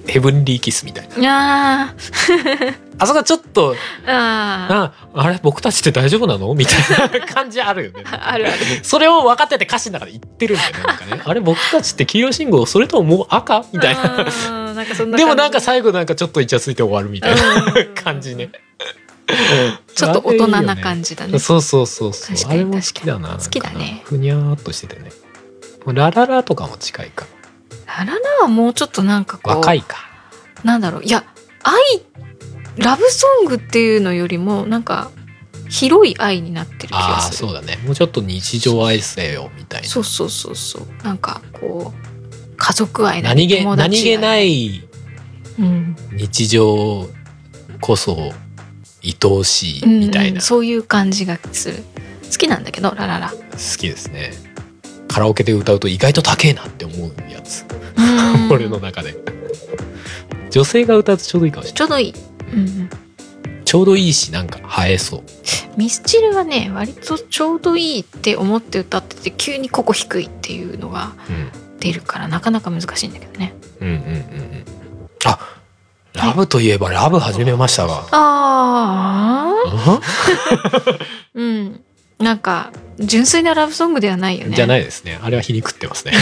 [SPEAKER 1] ヘブンリーキスみたいな
[SPEAKER 2] あ
[SPEAKER 1] あそこはちょっと
[SPEAKER 2] ーあ
[SPEAKER 1] ああれ僕たちって大丈夫なのみたいな感じあるよね
[SPEAKER 2] ー *laughs* あるある
[SPEAKER 1] それを分かってて歌詞の中で言ってるんだよねなんかねあれ僕たちって黄色信号それとももう赤みたいな
[SPEAKER 2] ななんかそんな感じ
[SPEAKER 1] でもなんか最後なんかちょっとイチャついて終わるみたいな
[SPEAKER 2] うん
[SPEAKER 1] 感じね。
[SPEAKER 2] ちょっと大人な
[SPEAKER 1] じ、
[SPEAKER 2] 感じだね
[SPEAKER 1] そうそうそうそう。
[SPEAKER 2] 確
[SPEAKER 1] あ
[SPEAKER 2] かに
[SPEAKER 1] れも好きだな。
[SPEAKER 2] 確かに
[SPEAKER 1] なんか
[SPEAKER 2] 好きだね
[SPEAKER 1] ふにゃーっとしててね。もうラララとかも近いか。
[SPEAKER 2] ラララはもうちょっとなんかこう
[SPEAKER 1] 若いか。
[SPEAKER 2] なんだろういや愛ラブソングっていうのよりもなんか広い愛になってる気が
[SPEAKER 1] ああ
[SPEAKER 2] する
[SPEAKER 1] そうだね。もうちょっと日常愛せよみたいな。
[SPEAKER 2] そうそうそうそうなんかこう家族愛な
[SPEAKER 1] 何
[SPEAKER 2] り
[SPEAKER 1] 気
[SPEAKER 2] 友
[SPEAKER 1] 何
[SPEAKER 2] 達
[SPEAKER 1] 気
[SPEAKER 2] 愛、
[SPEAKER 1] ないい
[SPEAKER 2] うん
[SPEAKER 1] 日常こそ愛おしい
[SPEAKER 2] うん
[SPEAKER 1] みたいな、
[SPEAKER 2] うんそういう感じがする好きなんだけどラララ
[SPEAKER 1] 好きですね。カラオケで歌うと意外と高えなって思うやつ。
[SPEAKER 2] うん
[SPEAKER 1] *laughs* 俺の中で。女性が歌うとちょうどいいかもしれない
[SPEAKER 2] ちょうどいい、うんうん、
[SPEAKER 1] ちょうどいいしなんか映えそう
[SPEAKER 2] ミスチルはね割とちょうどいいって思って歌ってて急にここ低いっていうのが出るからなかなか難しいんだけどね
[SPEAKER 1] うん、うんうんうんうんあラブといえばラブ始めましたが、
[SPEAKER 2] ああ
[SPEAKER 1] う
[SPEAKER 2] うん。なんか、純粋なラブソングではないよ
[SPEAKER 1] ん
[SPEAKER 2] ね。。
[SPEAKER 1] じゃないいですねあれは皮肉って
[SPEAKER 2] *laughs*
[SPEAKER 1] ますね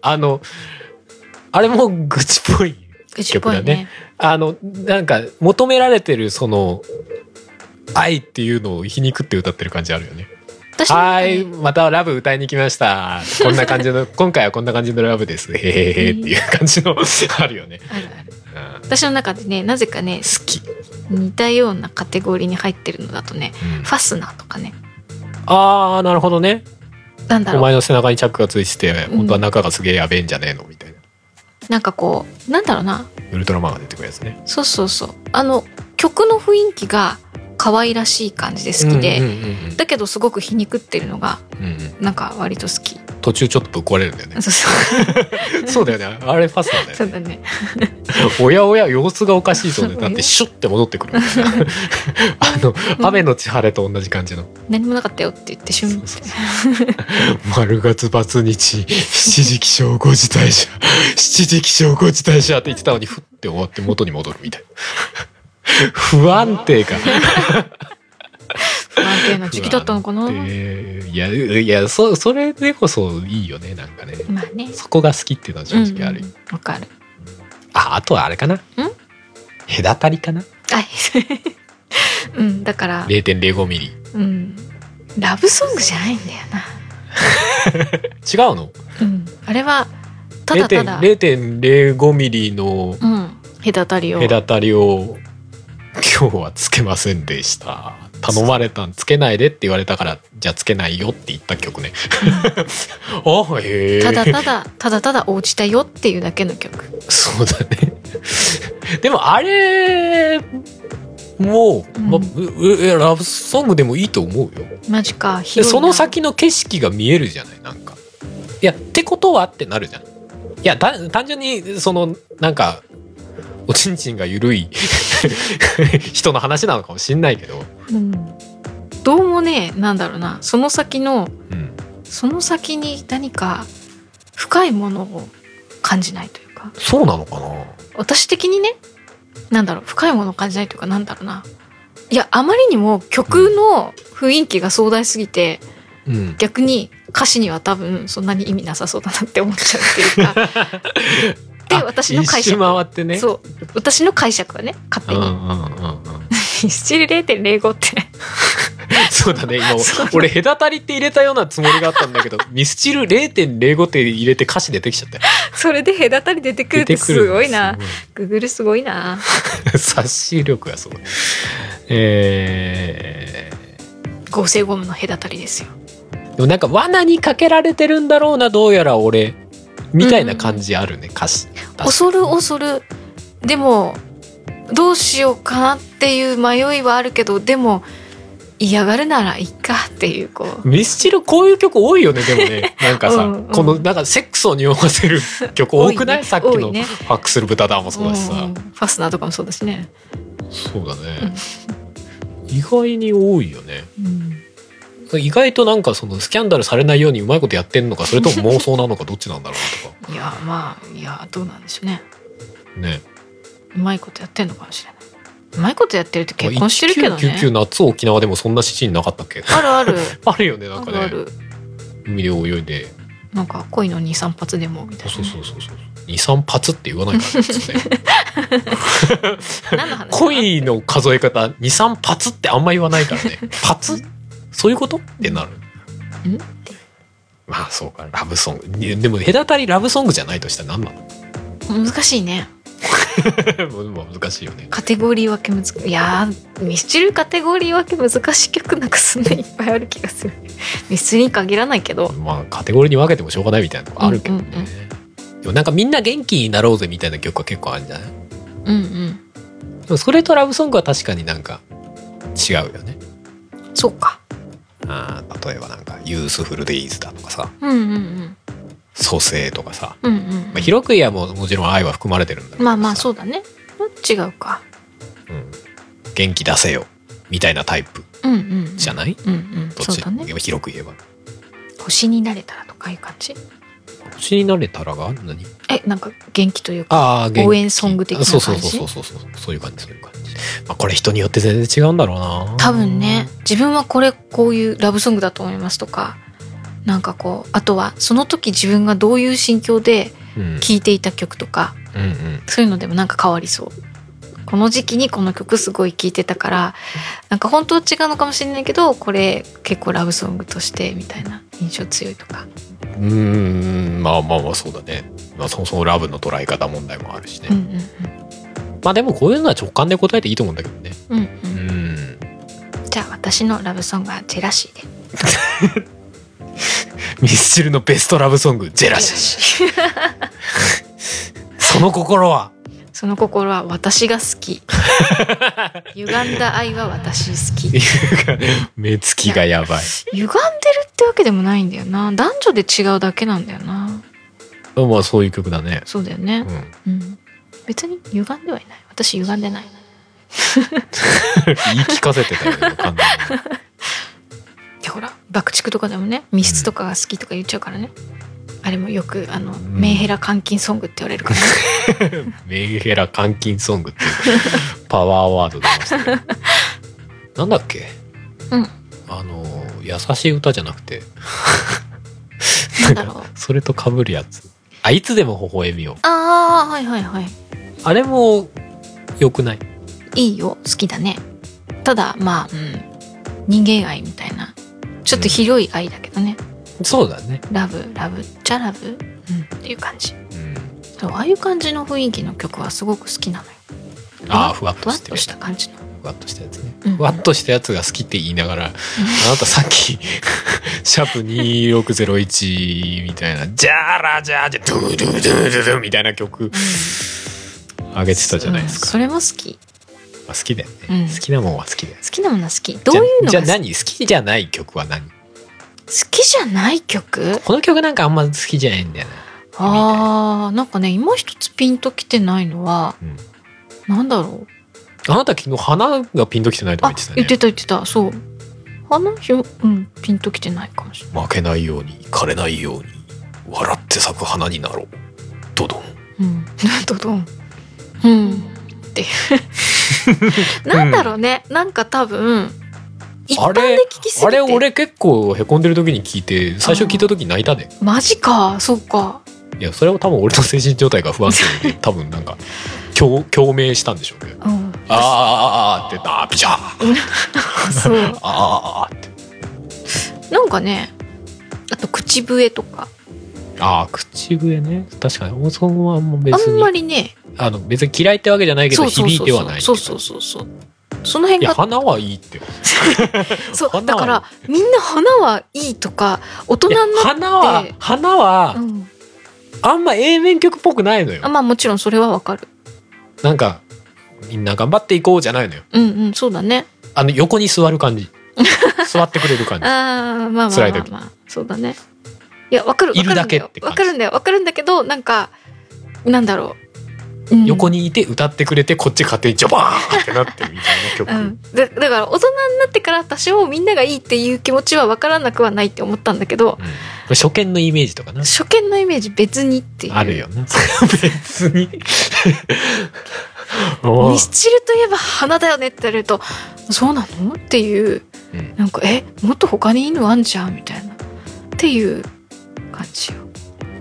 [SPEAKER 1] あのあれも愚痴っぽい
[SPEAKER 2] 口っ
[SPEAKER 1] 曲
[SPEAKER 2] ぽい
[SPEAKER 1] だね
[SPEAKER 2] ね。
[SPEAKER 1] あのなんか求められてるその愛っていうのを皮肉って歌ってる感じあるよね
[SPEAKER 2] 私
[SPEAKER 1] はーい
[SPEAKER 2] なんかね
[SPEAKER 1] またラブ歌いに来ましたこんな感じ
[SPEAKER 2] *laughs*
[SPEAKER 1] の今回はこんな感じのラブですへへへへっていう感じのあるよね、
[SPEAKER 2] あるある
[SPEAKER 1] うん、好
[SPEAKER 2] 私の中でね、なぜかね、
[SPEAKER 1] き、うん
[SPEAKER 2] 似たようなカテゴリーに入ってるのだとね、ファスナーとかね。
[SPEAKER 1] ああなるほどね
[SPEAKER 2] なんだ
[SPEAKER 1] お
[SPEAKER 2] ろう。
[SPEAKER 1] 前の背中にチャックがついてて
[SPEAKER 2] うん
[SPEAKER 1] 本当は中がすげえやべえんじゃねえのみたいな
[SPEAKER 2] なんかこう、なんだろうな。
[SPEAKER 1] ウルトラマンが出てくるやつね
[SPEAKER 2] そうそうそう。あの、曲の雰囲気が可愛らしい感じで好きで、
[SPEAKER 1] うんうんうん
[SPEAKER 2] だけどすごく皮肉ってるのが、
[SPEAKER 1] うんうんうん
[SPEAKER 2] なんか割と好き。
[SPEAKER 1] 途中ちょっとぶっ壊れるん
[SPEAKER 2] *laughs*
[SPEAKER 1] だよね
[SPEAKER 2] そうそう。
[SPEAKER 1] そうだよねあれファスナーだ
[SPEAKER 2] そ
[SPEAKER 1] よ
[SPEAKER 2] うだ
[SPEAKER 1] ね
[SPEAKER 2] ね。
[SPEAKER 1] おやおや様子がおかしいぞね
[SPEAKER 2] そ
[SPEAKER 1] だ
[SPEAKER 2] うだ
[SPEAKER 1] っ
[SPEAKER 2] ね
[SPEAKER 1] てシュッて戻ってくる
[SPEAKER 2] *laughs*
[SPEAKER 1] あの雨のち晴れと同じ感じの
[SPEAKER 2] 何もなかったよって言って、シュンって。
[SPEAKER 1] 「丸月罰日七時起床五時退社七時起床五時退社」って言ってたのにふって終わって元に戻るみたいな不安定感
[SPEAKER 2] 不安定な時期だったのかな。
[SPEAKER 1] えーいやいやそそれでこそいいよねなんかね
[SPEAKER 2] まあね。
[SPEAKER 1] そこが好きっていうのは正直ある、
[SPEAKER 2] うんうんわかる。
[SPEAKER 1] ああとはあれかな隔たりかな
[SPEAKER 2] はい。うん、だから、
[SPEAKER 1] 0 0 5ミリ
[SPEAKER 2] うん。ラブソングじゃないんだよな。
[SPEAKER 1] 違うの
[SPEAKER 2] うん、あれはただただ、
[SPEAKER 1] 0.05ミリの
[SPEAKER 2] うん、隔たりを
[SPEAKER 1] 隔たりを今日はつけませんでした頼まれたんつけないでって言われたからじゃあつけないよって言った曲ね *laughs* あへえ
[SPEAKER 2] ただただただただ応じたよっていうだけの曲
[SPEAKER 1] そうだね *laughs* でもあれもう、ま
[SPEAKER 2] うん
[SPEAKER 1] ううラブソングでもいいと思うよ
[SPEAKER 2] マジかひ
[SPEAKER 1] で
[SPEAKER 2] どいな
[SPEAKER 1] その先の景色が見えるじゃないなんかいやってことはってなるじゃんいやた単純にそのなんかおちんちんが緩い *laughs* 人の話なのかもしんないけど、
[SPEAKER 2] うん、どうもねなんだろうなその先の
[SPEAKER 1] うん、
[SPEAKER 2] その先に何か深いものを感じないというか
[SPEAKER 1] そうなのかな
[SPEAKER 2] 私的にねなんだろう深いものを感じないというかなんだろうないやあまりにも曲の雰囲気が壮大すぎて
[SPEAKER 1] うん
[SPEAKER 2] 逆に歌詞には多分そんなに意味なさそうだなって思っちゃうっていうか
[SPEAKER 1] *laughs*
[SPEAKER 2] で
[SPEAKER 1] あ
[SPEAKER 2] 私の解釈
[SPEAKER 1] 一周回ってね
[SPEAKER 2] そう私の解釈はね勝手
[SPEAKER 1] うんうん
[SPEAKER 2] に
[SPEAKER 1] うんうん
[SPEAKER 2] ミスチル0.05って
[SPEAKER 1] そうだね今
[SPEAKER 2] *laughs* そう
[SPEAKER 1] 俺隔たりって入れたようなつもりがあったんだけどミスチル0.05って入れて歌詞出てきちゃ
[SPEAKER 2] *laughs*
[SPEAKER 1] ったよ
[SPEAKER 2] それで隔たり出てくる
[SPEAKER 1] 出
[SPEAKER 2] っ
[SPEAKER 1] て
[SPEAKER 2] て
[SPEAKER 1] く
[SPEAKER 2] す
[SPEAKER 1] る
[SPEAKER 2] ごいなグーグルすごいな
[SPEAKER 1] すごい *laughs* 察し力がすごいえ
[SPEAKER 2] 合成ゴムの隔たりですよ
[SPEAKER 1] ーでもなんか罠にかけられてるんだろうなどうやら俺みたいな感じあるね、歌詞
[SPEAKER 2] 恐る恐るでもどうしようかなっていう迷いはあるけどでも嫌がるならいいかっていうこう
[SPEAKER 1] ミスチルこういう曲多いよねでも
[SPEAKER 2] *laughs*
[SPEAKER 1] ねなんかさ、
[SPEAKER 2] うんうん
[SPEAKER 1] このなんかセックスを匂わせる曲多くない
[SPEAKER 2] 多いね
[SPEAKER 1] さっき
[SPEAKER 2] 多い
[SPEAKER 1] の「
[SPEAKER 2] ね
[SPEAKER 1] ファックする豚だ」もそうだし
[SPEAKER 2] う
[SPEAKER 1] さ
[SPEAKER 2] ん、ファスナーとかもそうだしね、
[SPEAKER 1] そうだね意外に多いよね
[SPEAKER 2] うん
[SPEAKER 1] 意外となんかそのスキャンダルされないようにうまいことやってんのかそれとも妄想なのかどっちなんだろうとか
[SPEAKER 2] いやまあいやどうなんでしょうね *laughs*
[SPEAKER 1] ね
[SPEAKER 2] うまいことやってんのかもしれないうまいことやってるって結婚してるけど
[SPEAKER 1] 1999
[SPEAKER 2] ね
[SPEAKER 1] 夏沖縄でもそんなシーンなかったっけ
[SPEAKER 2] あるある
[SPEAKER 1] あるよねなん
[SPEAKER 2] あ
[SPEAKER 1] か
[SPEAKER 2] るあ
[SPEAKER 1] ね
[SPEAKER 2] る
[SPEAKER 1] 海で泳いで
[SPEAKER 2] なんか恋の23発でもみたいな
[SPEAKER 1] そうそうそうそう23発って言わないからね普通ね *laughs*
[SPEAKER 2] 何の話
[SPEAKER 1] 恋の数え方23発ってあんま言わないからね発そういうことってなる
[SPEAKER 2] ん
[SPEAKER 1] まあそうかラブソングねでも隔たりラブソングじゃないとしたら何な
[SPEAKER 2] 難しいね
[SPEAKER 1] の *laughs* もう難しいよね
[SPEAKER 2] カテゴリー分け難いやーミスチルカテゴリー分け難しい曲なんかそんなにいっぱいある気がするミスチルに限らないけど
[SPEAKER 1] まあカテゴリーに分けてもしょうがないみたいなのがあるけどね、
[SPEAKER 2] うんうん
[SPEAKER 1] でもなんかみんな元気になろうぜみたいな曲は結構あるんじゃない
[SPEAKER 2] うんうん
[SPEAKER 1] でもそれとラブソングは確かになんか違うよね
[SPEAKER 2] そうか
[SPEAKER 1] あー例えばなんか「ユースフルデイズ」だとかさ
[SPEAKER 2] うんうんうん
[SPEAKER 1] 「蘇生」とかさ、
[SPEAKER 2] うんうん
[SPEAKER 1] まあ、広く言えばもうもちろん愛は含まれてるんだろうけど
[SPEAKER 2] ま
[SPEAKER 1] さ
[SPEAKER 2] あまあそうだね違うか
[SPEAKER 1] うん元気出せよみたいなタイプ
[SPEAKER 2] うんうんうん
[SPEAKER 1] じゃない、
[SPEAKER 2] うんうん
[SPEAKER 1] どっ
[SPEAKER 2] そう
[SPEAKER 1] ち
[SPEAKER 2] だね
[SPEAKER 1] 広く言えば
[SPEAKER 2] 星になれたらとかいう感じ
[SPEAKER 1] 星になれたらが何
[SPEAKER 2] えなんか元気というか
[SPEAKER 1] ああ元気
[SPEAKER 2] 応援ソング的な感じ
[SPEAKER 1] そうそうそうそうそうそういう感じそういう感じまあこれ人によって全然違うんだろうな
[SPEAKER 2] 多分ね自分はこれこういうラブソングだと思いますとかなんかこうあとはその時自分がどういう心境で
[SPEAKER 1] うん
[SPEAKER 2] 聴いていた曲とか
[SPEAKER 1] うんうん
[SPEAKER 2] そういうのでもなんか変わりそう。この時期にこの曲すごい聴いてたからなんか本当は違うのかもしれないけどこれ結構ラブソングとしてみたいな印象強いとか、
[SPEAKER 1] うーんまあまあまあそうだね、まあ、そもそもラブの捉え方問題もあるしね、
[SPEAKER 2] うんうん
[SPEAKER 1] まあでもこういうのは直感で答えていいと思うんだけどね
[SPEAKER 2] うんうん
[SPEAKER 1] う
[SPEAKER 2] うん、
[SPEAKER 1] ん
[SPEAKER 2] じゃあ私のラブソングは「ジェラシー」で
[SPEAKER 1] ミスチルのベストラブソング「ジェラシー」その心は
[SPEAKER 2] その心は私が好
[SPEAKER 1] *laughs*
[SPEAKER 2] き歪んだ愛は私好き
[SPEAKER 1] 目つきがやばい
[SPEAKER 2] 歪んでるってわけでもないんだよな男女で違うだけなんだよな
[SPEAKER 1] まあそういう曲だね
[SPEAKER 2] そうだよね
[SPEAKER 1] うん
[SPEAKER 2] うん別に歪んではいない私歪んでない
[SPEAKER 1] 言い聞かせてたよ
[SPEAKER 2] *laughs*
[SPEAKER 1] ね完全に
[SPEAKER 2] でほら爆竹とかでもね密室とかが好きとか言っちゃうからね、あれもよくあの、
[SPEAKER 1] ん
[SPEAKER 2] メンヘラ監禁ソングって言われるから、ね、
[SPEAKER 1] *laughs* メンヘラ監禁ソングっていうパワーワード出ましたけどなんだっけ
[SPEAKER 2] うん
[SPEAKER 1] あの優しい歌じゃなくて
[SPEAKER 2] なんだろう
[SPEAKER 1] *laughs* それと被るやつあいつでも微笑みを
[SPEAKER 2] ああはいはいはい
[SPEAKER 1] あれも良くない
[SPEAKER 2] いいよ好きだねただまあ、うん、人間愛みたいなちょっと広い愛だけどね、
[SPEAKER 1] そうだね。
[SPEAKER 2] ラブラブじゃラブ、うん、っていう感じ
[SPEAKER 1] うん。
[SPEAKER 2] そうああいう感じの雰囲気の曲はすごく好きなのよ
[SPEAKER 1] ああ、ふわっ
[SPEAKER 2] ふ
[SPEAKER 1] と
[SPEAKER 2] わっ
[SPEAKER 1] して
[SPEAKER 2] と
[SPEAKER 1] る。
[SPEAKER 2] した感じの
[SPEAKER 1] ふわっとしたやつね。
[SPEAKER 2] うん
[SPEAKER 1] ふわっとしたやつが好きって言いながら、あなたさっき、 *laughs* シャープ2601みたいな、じゃらじゃーじゃ、ドゥドゥドゥドゥドゥみたいな曲、あげてたじゃないです
[SPEAKER 2] うん
[SPEAKER 1] か。
[SPEAKER 2] それも好き
[SPEAKER 1] まあ好きだよね、
[SPEAKER 2] うん
[SPEAKER 1] 好きなもんは好きだよ。
[SPEAKER 2] 好きなものは好きどういうの
[SPEAKER 1] じゃ
[SPEAKER 2] が
[SPEAKER 1] あ
[SPEAKER 2] 好
[SPEAKER 1] じゃあ
[SPEAKER 2] き
[SPEAKER 1] 何好きじゃない曲は何
[SPEAKER 2] 好きじゃない曲
[SPEAKER 1] この曲なんかあんま好きじゃないんだよね。
[SPEAKER 2] あーなんかね今一つピンときてないのは
[SPEAKER 1] うん
[SPEAKER 2] なんだろう
[SPEAKER 1] あなた昨日花がピンときてないとか
[SPEAKER 2] あ
[SPEAKER 1] 言ってたね。
[SPEAKER 2] 言ってた言ってたそう花ひょうんピンときてないかもしれない
[SPEAKER 1] 負けないように枯れないように笑って咲く花になろうドドン
[SPEAKER 2] うん、 *laughs* ドドン。うん。ってい
[SPEAKER 1] *laughs*
[SPEAKER 2] うなんだろうね。なんか多分、一
[SPEAKER 1] あ
[SPEAKER 2] 般
[SPEAKER 1] れ
[SPEAKER 2] で聞きすぎて。
[SPEAKER 1] あれ。俺結構へこんでる時に聞いて最初聞いた時泣いたで
[SPEAKER 2] マジか、そうか。
[SPEAKER 1] いやそれは多分俺の精神状態が不安定
[SPEAKER 2] *laughs*
[SPEAKER 1] で多分なんか共共鳴したんでしょうけど
[SPEAKER 2] うん。
[SPEAKER 1] ああああああってああピシャー
[SPEAKER 2] *laughs* そう。
[SPEAKER 1] ああああって
[SPEAKER 2] なんかね、あと口笛とか。
[SPEAKER 1] ああ口笛ね確かに大そこはもう別
[SPEAKER 2] あん
[SPEAKER 1] に
[SPEAKER 2] ま
[SPEAKER 1] あ
[SPEAKER 2] りね、
[SPEAKER 1] の別に嫌いってわけじゃないけど
[SPEAKER 2] そうそう
[SPEAKER 1] 響
[SPEAKER 2] そ
[SPEAKER 1] いうて
[SPEAKER 2] そ
[SPEAKER 1] は
[SPEAKER 2] う
[SPEAKER 1] ない
[SPEAKER 2] そうそうそうそう。その
[SPEAKER 1] い
[SPEAKER 2] 辺
[SPEAKER 1] や
[SPEAKER 2] が、
[SPEAKER 1] 花はいいってい
[SPEAKER 2] そう、
[SPEAKER 1] 花
[SPEAKER 2] だ
[SPEAKER 1] は
[SPEAKER 2] から、みんな花はいいとか、大人
[SPEAKER 1] や
[SPEAKER 2] の、
[SPEAKER 1] 花は花
[SPEAKER 2] う
[SPEAKER 1] は
[SPEAKER 2] ん。
[SPEAKER 1] あんま A 面曲っぽくないのよ
[SPEAKER 2] あまあもちろんそれはわかる。
[SPEAKER 1] なんか、みんな頑張っていこうじゃないのよ。
[SPEAKER 2] うんうん、そうだね。
[SPEAKER 1] あの、横に座る感じ。
[SPEAKER 2] *laughs*
[SPEAKER 1] 座ってくれる感じ。
[SPEAKER 2] ああまあまあま
[SPEAKER 1] 辛い
[SPEAKER 2] あ、
[SPEAKER 1] 時
[SPEAKER 2] まあ、そうだねいやわかるわ
[SPEAKER 1] い
[SPEAKER 2] か
[SPEAKER 1] る
[SPEAKER 2] る
[SPEAKER 1] だ
[SPEAKER 2] んだ
[SPEAKER 1] け
[SPEAKER 2] よ
[SPEAKER 1] って感じ
[SPEAKER 2] わかるんだよわかるんだけどなんかなんだろう、うん、
[SPEAKER 1] 横
[SPEAKER 2] に
[SPEAKER 1] にいて歌ってくれて、こっち勝手にジョバーンってなってるみた
[SPEAKER 2] う
[SPEAKER 1] いな曲。
[SPEAKER 2] ん、だだから大人になってから私をみんながいいっていう気持ちはわからなくはないって思ったんだけど
[SPEAKER 1] うん初見のイメージとかな。
[SPEAKER 2] 初見のイメージ別にっていう
[SPEAKER 1] あるよな。それは *laughs* 別に。 *laughs* もう
[SPEAKER 2] ミスチルといえば花だよねって言われるとそうなのっていう
[SPEAKER 1] うん
[SPEAKER 2] なんかえもっと他にいいのあんじゃんみたいなっていう感じよ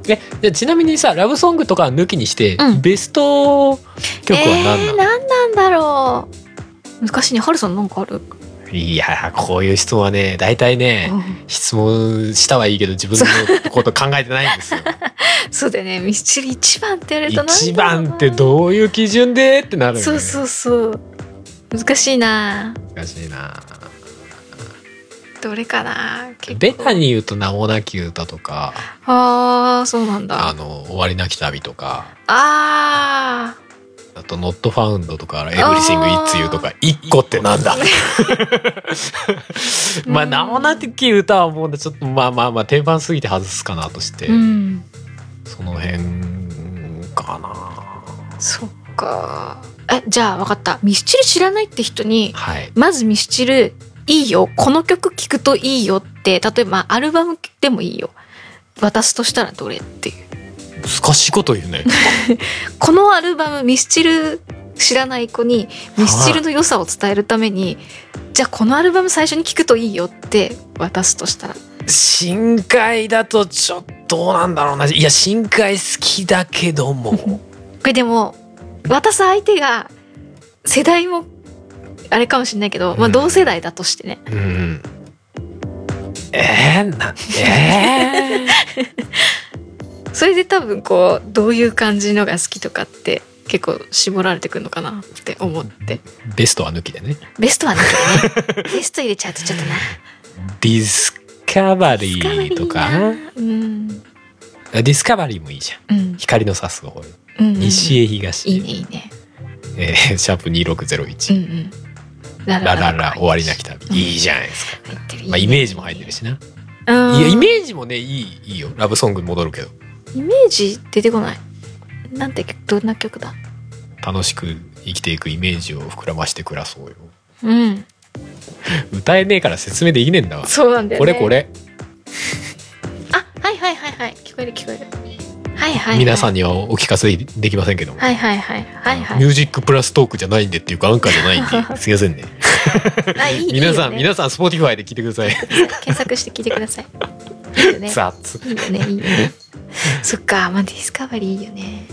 [SPEAKER 1] え、じゃあちなみにさ、ラブソングとかは抜きにして、
[SPEAKER 2] うん
[SPEAKER 1] ベスト曲は何
[SPEAKER 2] え
[SPEAKER 1] な
[SPEAKER 2] ー、
[SPEAKER 1] の、
[SPEAKER 2] 何なんだろう昔にハルさんなんかある
[SPEAKER 1] いやー、こういう質問はね、大体ね、
[SPEAKER 2] うん
[SPEAKER 1] 質問したはいいけど、自分のこと考えてないんです
[SPEAKER 2] *laughs*
[SPEAKER 1] よ。
[SPEAKER 2] そうだよねミスチル一番って言われると
[SPEAKER 1] 一番って
[SPEAKER 2] う
[SPEAKER 1] どういう基準でってなるよね
[SPEAKER 2] そうそうそう難しいな
[SPEAKER 1] 難しいな
[SPEAKER 2] どれかな結構
[SPEAKER 1] ベタに言うと「名もなき歌」とか
[SPEAKER 2] ああそうなん
[SPEAKER 1] 「あ
[SPEAKER 2] だ
[SPEAKER 1] の終わりなき旅」とか
[SPEAKER 2] あー
[SPEAKER 1] あと「ノットファウンド」とか「エブリシング・イッツ・ユー」とか「一個ってなんだまあ「名もなき歌」はもうちょっとまあまあまあ定番すぎて外すかなとして、
[SPEAKER 2] うん
[SPEAKER 1] その辺かな
[SPEAKER 2] そっかえじゃあ分かったミスチル知らないって人に
[SPEAKER 1] はい
[SPEAKER 2] まずミスチルいいよこの曲聴くといいよって例えばアルバムでもいいよ渡すとしたらどれっていう
[SPEAKER 1] 難しいこと言うね
[SPEAKER 2] このアルバムミスチル知らない子にミスチルの良さを伝えるためにじゃあこのアルバム最初に聴くといいよって渡すとしたら
[SPEAKER 1] 深海だとちょっとどうなんだろうないや深海好きだけども
[SPEAKER 2] これでも渡す相手が世代もあれかもしれないけど、ま
[SPEAKER 1] う
[SPEAKER 2] あ、
[SPEAKER 1] ん
[SPEAKER 2] 同世代だとしてね、
[SPEAKER 1] うんえー、なんえ
[SPEAKER 2] それで多分こうどういう感じのが好きとかって結構絞られてくるのかなって思って
[SPEAKER 1] ーベストは抜きでね
[SPEAKER 2] ベストはね *laughs* ベスト入れちゃうとちょっとな
[SPEAKER 1] ディスカバリ
[SPEAKER 2] つかまり
[SPEAKER 1] ー
[SPEAKER 2] いいな
[SPEAKER 1] とか
[SPEAKER 2] うん
[SPEAKER 1] ディスカバリーもいいじゃん
[SPEAKER 2] うん
[SPEAKER 1] 光の差す方
[SPEAKER 2] うん
[SPEAKER 1] 西
[SPEAKER 2] い
[SPEAKER 1] へ東へ
[SPEAKER 2] いねいいね
[SPEAKER 1] えーシャープ
[SPEAKER 2] うん
[SPEAKER 1] 2601、
[SPEAKER 2] うんラ
[SPEAKER 1] ラララ終わりなき旅、
[SPEAKER 2] うん
[SPEAKER 1] いいじゃないですか
[SPEAKER 2] 入ってる
[SPEAKER 1] まあイメージも入ってる
[SPEAKER 2] し、
[SPEAKER 1] しな、
[SPEAKER 2] うん
[SPEAKER 1] いやイメージもねいいいいよラブソングに戻るけど
[SPEAKER 2] イメージ出てこないなんてどんな曲だ
[SPEAKER 1] 楽しく生きていくイメージを膨らまして暮らそうよ
[SPEAKER 2] うん
[SPEAKER 1] 歌えねえから説明できねえんだわ
[SPEAKER 2] そうなんだよ
[SPEAKER 1] こ
[SPEAKER 2] ね
[SPEAKER 1] れこれ、
[SPEAKER 2] あはいはいはいはい聞こえる聞こえるはいはい、はい、
[SPEAKER 1] 皆さん
[SPEAKER 2] に
[SPEAKER 1] にはお聞かせできませんけども、
[SPEAKER 2] はいはいはいはいは
[SPEAKER 1] ミ
[SPEAKER 2] い
[SPEAKER 1] ュージックプラストークじゃないんでっていうかアンカーじゃない
[SPEAKER 2] *laughs*
[SPEAKER 1] んですいませんね
[SPEAKER 2] あいい
[SPEAKER 1] 皆さん、
[SPEAKER 2] いいよね
[SPEAKER 1] 皆さん Spotify で聞いてください
[SPEAKER 2] 検索して聞いてくださいいいよ
[SPEAKER 1] *laughs*
[SPEAKER 2] ね
[SPEAKER 1] 雑
[SPEAKER 2] いいよねいい
[SPEAKER 1] *laughs*
[SPEAKER 2] よねそっかまあディスカバリーいいよね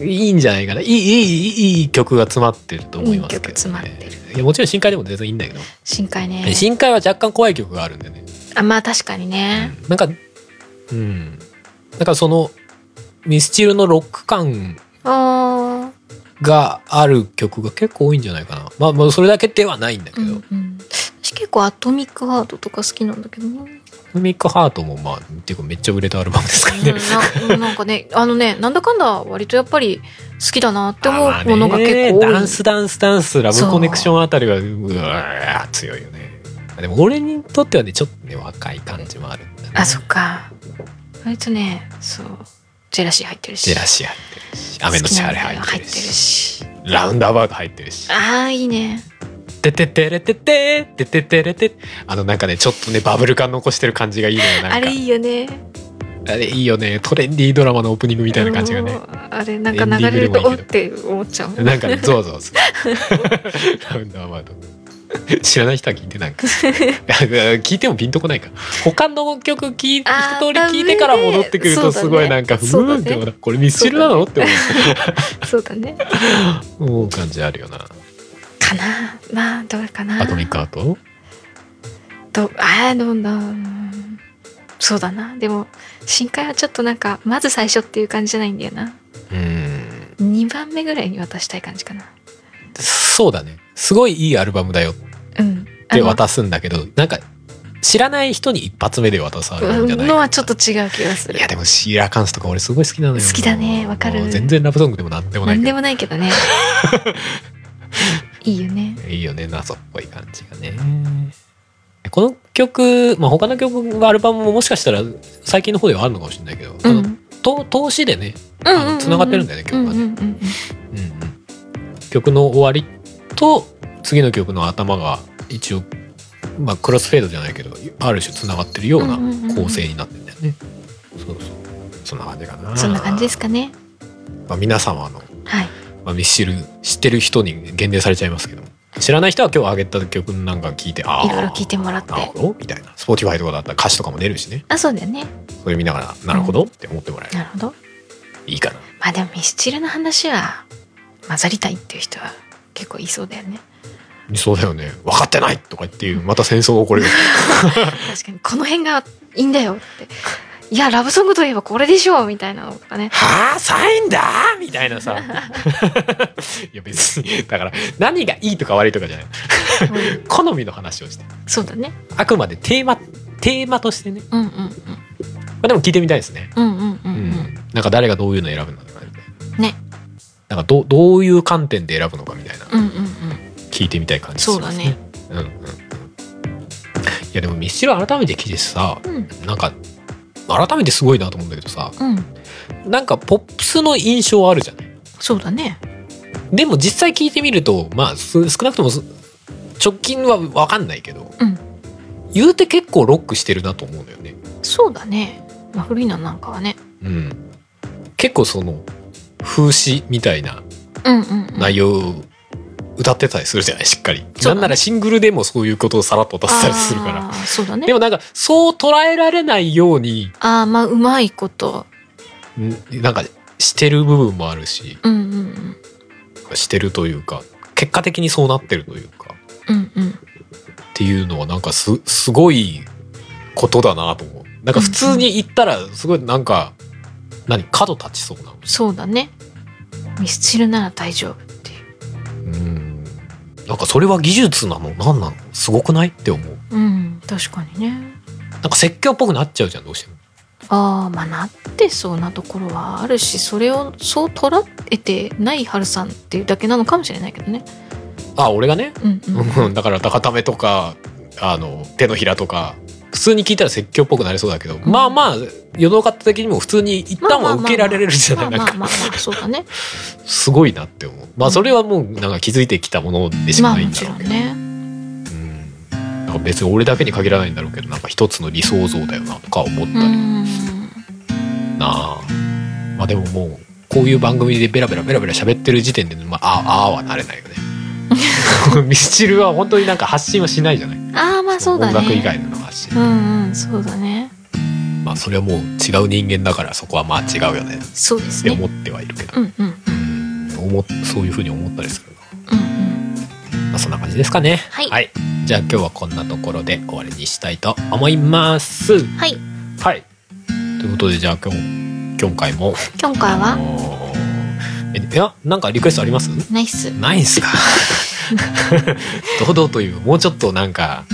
[SPEAKER 1] いいんじゃないかないいいいいいい曲が詰まってると思いますけど、ね、
[SPEAKER 2] いい曲詰まって
[SPEAKER 1] いやもちろん深海でも全然いいんだけど、
[SPEAKER 2] 深海ね
[SPEAKER 1] 深海は若干怖い曲があるんでね、
[SPEAKER 2] あまあ確かにね
[SPEAKER 1] なんかうん。だからそのミスチルのロック感
[SPEAKER 2] あ
[SPEAKER 1] がある曲が結構多いんじゃないかな。まあ、まあそれだけではないんだ
[SPEAKER 2] あ、う
[SPEAKER 1] けど、
[SPEAKER 2] んうん、私結構アトミックハートとか好きなんだけどな、
[SPEAKER 1] ミミックハートもまあっていうかめっちゃ売れたアルバムですからね。
[SPEAKER 2] うんななんかねあのねなんだかんだ割とやっぱり好きだなって思うものが結構多い、
[SPEAKER 1] あーねダンスダンスダンスラブコネクションあたりがうわー強いよねでも俺にとってはねちょっとね若い感じもあるんだね
[SPEAKER 2] あそっか割とねそうジェラシー入ってるし
[SPEAKER 1] ジェラシー入ってるし雨のち晴れ入ってるし
[SPEAKER 2] し
[SPEAKER 1] ラウンダーバーグ入ってるし
[SPEAKER 2] ああいいね
[SPEAKER 1] てててれてててててれてあのなんかねちょっとねバブル感残してる感じがいいのよなんか
[SPEAKER 2] あれいいよね
[SPEAKER 1] あれいいよねトレンディードラマのオープニングみたいな感じがね
[SPEAKER 2] うんあれなんか流れると
[SPEAKER 1] エンディ
[SPEAKER 2] お
[SPEAKER 1] ン
[SPEAKER 2] っ
[SPEAKER 1] グ
[SPEAKER 2] て思っちゃう
[SPEAKER 1] *laughs* なんかねゾワゾワするラウンダーバード知らない人は聞いてないか聞いてもピンとこないか他の曲聞い一
[SPEAKER 2] あー
[SPEAKER 1] 通り聞いてから戻ってくるとすごいなんかふ
[SPEAKER 2] そう
[SPEAKER 1] ー
[SPEAKER 2] だね
[SPEAKER 1] んってなこれミスチルなのって思
[SPEAKER 2] そうだね
[SPEAKER 1] う思う感じあるよな
[SPEAKER 2] かなまあどうかな
[SPEAKER 1] アトミックアート
[SPEAKER 2] とああどうだそうだなでも深海はちょっとなんかまず最初っていう感じじゃないんだよな
[SPEAKER 1] うん
[SPEAKER 2] 2番目ぐらいに渡したい感じかな
[SPEAKER 1] そうだねすごいいいアルバムだよっ
[SPEAKER 2] うんあ
[SPEAKER 1] て
[SPEAKER 2] の
[SPEAKER 1] 渡すんだけどなんか知らない人に一発目で渡すアルバムじゃない
[SPEAKER 2] のはちょっと違う気がす
[SPEAKER 1] い
[SPEAKER 2] る
[SPEAKER 1] やでもシーラカンスとか俺すごい好きなのよ
[SPEAKER 2] 好きだねわかる
[SPEAKER 1] もう全然ラブソングでもなんでもない
[SPEAKER 2] 何
[SPEAKER 1] けど
[SPEAKER 2] でもないけ
[SPEAKER 1] *laughs*
[SPEAKER 2] どねいいよね
[SPEAKER 1] いいよね謎っぽい感じがねこの曲、まあ、他の曲アルバムももしかしたら最近の方ではあるのかもしれないけど、
[SPEAKER 2] うん
[SPEAKER 1] あのと投資でね、
[SPEAKER 2] うんうん
[SPEAKER 1] あ
[SPEAKER 2] う
[SPEAKER 1] の
[SPEAKER 2] ん
[SPEAKER 1] 繋がってるんだよね曲がね
[SPEAKER 2] うんうんうんうん
[SPEAKER 1] うんうん曲の終わりと次の曲の頭が一応、まあ、クロスフェードじゃないけどある種繋がってるような
[SPEAKER 2] うんうんうんうん
[SPEAKER 1] 構成になってんだよね、そうそうそんな感じかな
[SPEAKER 2] そんな感じです
[SPEAKER 1] か、
[SPEAKER 2] かね
[SPEAKER 1] まあ、皆様の
[SPEAKER 2] はい
[SPEAKER 1] まあ、ミスチル知ってる人に限定されちゃいますけど知らない人は今日あげた曲なんか聞いてああ
[SPEAKER 2] いろいろ聞いてもらって
[SPEAKER 1] なるほどみたいな Spotify とかだったら歌詞とかも出るしね
[SPEAKER 2] あそうだよね
[SPEAKER 1] それ見ながらなるほどって思ってもらえる
[SPEAKER 2] なるほど
[SPEAKER 1] いいかな
[SPEAKER 2] まあでもミスチルの話は混ざりたいっていう人は結構いそうだよね
[SPEAKER 1] そうだよね分かってないとか言っていうまた戦争が起こ
[SPEAKER 2] *laughs*
[SPEAKER 1] るよ
[SPEAKER 2] 確かにこの辺がいいんだよっていやラブソングといえばこれでしょうみたいなのとかね
[SPEAKER 1] はあサインだみたいなさ *laughs* いや別にだから何がいいとか悪いとかじゃない
[SPEAKER 2] うん
[SPEAKER 1] 好みの話をして
[SPEAKER 2] そうだね
[SPEAKER 1] あくまでテーマテーマとしてね、
[SPEAKER 2] うんうん
[SPEAKER 1] まあ、でも聞いてみたいですね
[SPEAKER 2] うんうんうんうん
[SPEAKER 1] う
[SPEAKER 2] うん
[SPEAKER 1] ん、なんか誰がどういうの選ぶのかみたいな
[SPEAKER 2] ね
[SPEAKER 1] なんかどうどういう観点で選ぶのかみたいな
[SPEAKER 2] うんうんうん
[SPEAKER 1] 聞いてみたい感じしますね。うんうんうん、いやでもミスチル改めて聞いてさ
[SPEAKER 2] うん
[SPEAKER 1] なんか改めてすごいなと思うんだけどさ
[SPEAKER 2] うん
[SPEAKER 1] なんかポップスの印象はあるじゃない
[SPEAKER 2] そうだね
[SPEAKER 1] でも実際聞いてみるとまあす少なくともす直近は分かんないけど、
[SPEAKER 2] うん
[SPEAKER 1] 言うて結構ロックしてるなと思うのよね。
[SPEAKER 2] そうだねまあ古いのなんかはね
[SPEAKER 1] うん、結構その風刺みたいな
[SPEAKER 2] うんうんうん
[SPEAKER 1] 内容を歌ってたりするじゃないしっかり、
[SPEAKER 2] そうだ
[SPEAKER 1] な
[SPEAKER 2] ね
[SPEAKER 1] んならシングルでもそういうことをさらっと出したりするから
[SPEAKER 2] あーそうだね
[SPEAKER 1] でもなんかそう捉えられないように
[SPEAKER 2] ああまあうまいこと
[SPEAKER 1] んなんかしてる部分もあるし
[SPEAKER 2] うんうんうん
[SPEAKER 1] してるというか結果的にそうなってるというか
[SPEAKER 2] うんうん
[SPEAKER 1] っていうのはなんかすすごいことだなと思うなんか普通に言ったらすごいなんか、何角立ちそうな
[SPEAKER 2] そうだねミスチルなら大丈夫っていう
[SPEAKER 1] うんなんかそれは技術なの何なのすごくないって思う
[SPEAKER 2] うん確かにね
[SPEAKER 1] なんか説教っぽくなっちゃうじゃんどうしても
[SPEAKER 2] ああまあなってそうなところはあるしそれをそう捉えてないハルさんっていうだけなのかもしれないけどね
[SPEAKER 1] あ俺がね
[SPEAKER 2] うんうん
[SPEAKER 1] うん、だから高ためとかあの手のひらとか普通に聞いたら説教っぽくなりそうだけど、
[SPEAKER 2] ん
[SPEAKER 1] まあまあ世の中的にも普通に一旦は受けられるじゃな
[SPEAKER 2] まあ
[SPEAKER 1] い
[SPEAKER 2] まあ
[SPEAKER 1] なん
[SPEAKER 2] まあま
[SPEAKER 1] か
[SPEAKER 2] あそうだね
[SPEAKER 1] すごいなって思うま
[SPEAKER 2] う
[SPEAKER 1] あ
[SPEAKER 2] ん
[SPEAKER 1] それはもうなんか気づいてきたものでしか
[SPEAKER 2] まあ
[SPEAKER 1] ない
[SPEAKER 2] も
[SPEAKER 1] んだ
[SPEAKER 2] ち
[SPEAKER 1] ろ
[SPEAKER 2] ろ
[SPEAKER 1] うんけど、
[SPEAKER 2] ね
[SPEAKER 1] うん、なんか別に俺だけに限らないんだろうけどなんか一つの理想像だよなとか思った
[SPEAKER 2] う
[SPEAKER 1] りな、
[SPEAKER 2] ん
[SPEAKER 1] あまあでももうこういう番組でベラベラベラベラ喋ってる時点で、まあ、あああはなれ
[SPEAKER 2] *laughs*
[SPEAKER 1] ないよねミスチルは本当になんか発信はしないじゃない
[SPEAKER 2] ああまあそうだね
[SPEAKER 1] 音楽以外の発信
[SPEAKER 2] うんうんそうだね
[SPEAKER 1] まあそれはもう違う人間だからそこはまあ違うよねっ
[SPEAKER 2] そうです
[SPEAKER 1] て
[SPEAKER 2] ね
[SPEAKER 1] 思ってはいるけど、
[SPEAKER 2] うんうん
[SPEAKER 1] うん思っそういうふうに思ったりする
[SPEAKER 2] うんうん
[SPEAKER 1] な、まあ、そんな感じですかね
[SPEAKER 2] はい
[SPEAKER 1] じゃあ今日はこんなところで終わりにしたいと思います
[SPEAKER 2] はい
[SPEAKER 1] はいということでじゃあ今日今回も
[SPEAKER 2] 今回
[SPEAKER 1] あ
[SPEAKER 2] は
[SPEAKER 1] のーえいやなんかリクエストあります
[SPEAKER 2] ナイス
[SPEAKER 1] ないん *laughs* すか堂々というもうちょっとなんか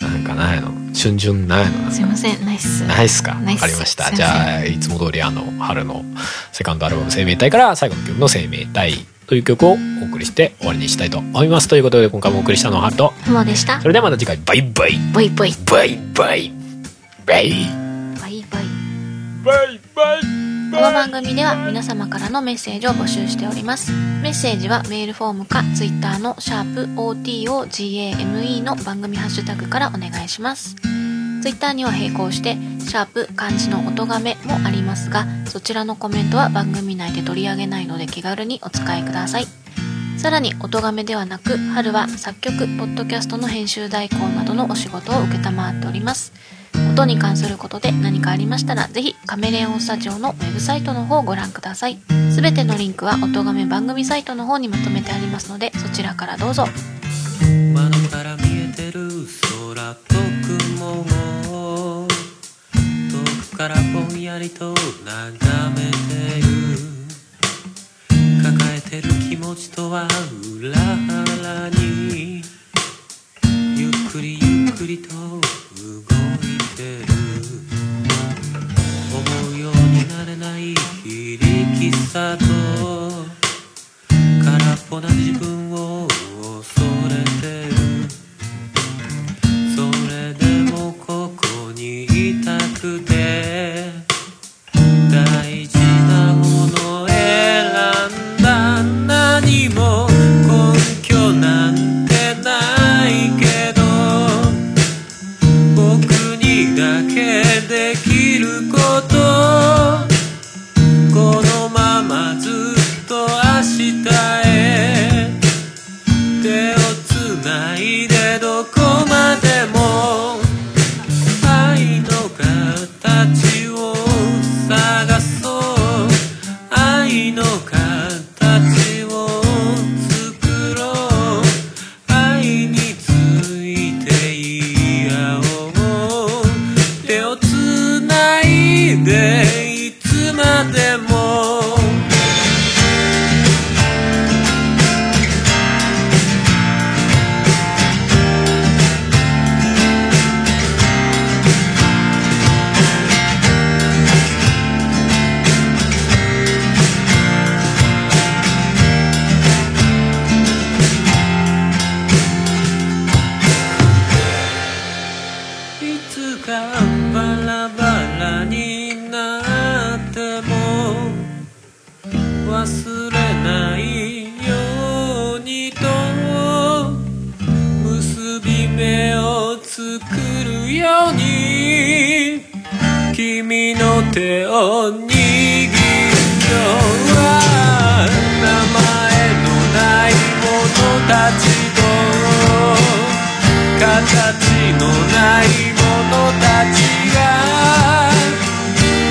[SPEAKER 1] なんかないの春順ないの
[SPEAKER 2] すいませんナ
[SPEAKER 1] *laughs*
[SPEAKER 2] イス
[SPEAKER 1] ないっすかわ
[SPEAKER 2] ないっす
[SPEAKER 1] かりました
[SPEAKER 2] すいま
[SPEAKER 1] じ
[SPEAKER 2] せん
[SPEAKER 1] ゃあいつも通りあの春のセカンドアルバム「生命体」から最後の曲の「生命体」という曲をお送りして終わりにしたいと思いますということで今回もお送りしたのは春と
[SPEAKER 2] ふもでした
[SPEAKER 1] それではまた次回バイバイ
[SPEAKER 2] ぽいぽい
[SPEAKER 1] バイバイバイ
[SPEAKER 2] バイバイ
[SPEAKER 1] バイバイ
[SPEAKER 2] この番組では皆様からのメッセージを募集しておりますメッセージはメールフォームか Twitter の「シャープ o t o g a m e の番組ハッシュタグからお願いします Twitter には並行して「シャープ漢字の音がめ」もありますがそちらのコメントは番組内で取り上げないので気軽にお使いくださいさらに音がめではなく春は作曲ポッドキャストの編集代行などのお仕事を承っております音に関することで何かありましたら、ぜひカメレオンスタジオのウェブサイトの方をご覧ください。すべてのリンクは音亀番組サイトの方にまとめてありますので、そちらからどうぞ。
[SPEAKER 3] 窓から見えてる空と雲を遠くからぼんやりと眺めてる抱えてる気持ちとは裏腹にゆっくりゆっくりと動いてる思うようになれない非力さと空っぽな自分を恐れてるそれでもここにいたくて大事なもの選んだ何も根拠なんてないけど僕にだけできることこのままずっと明日へ手をつないでどこまでも愛の形を探そう愛の形を作ろう愛について言い合おう手をつないでいつまでもいつかバラバラになっても忘れないようにと結び目を作るように君の手を握るよは名前のない者たちと形のない者たちが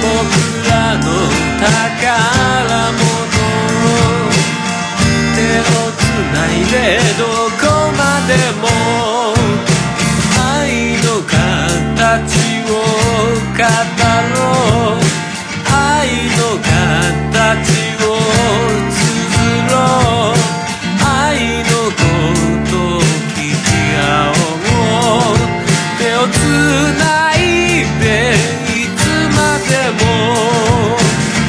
[SPEAKER 3] 僕らの宝物手をつないでどこまでも愛の形を語ろう愛の形を綴ろう愛のことを聞き合おう手をつないでいつまでも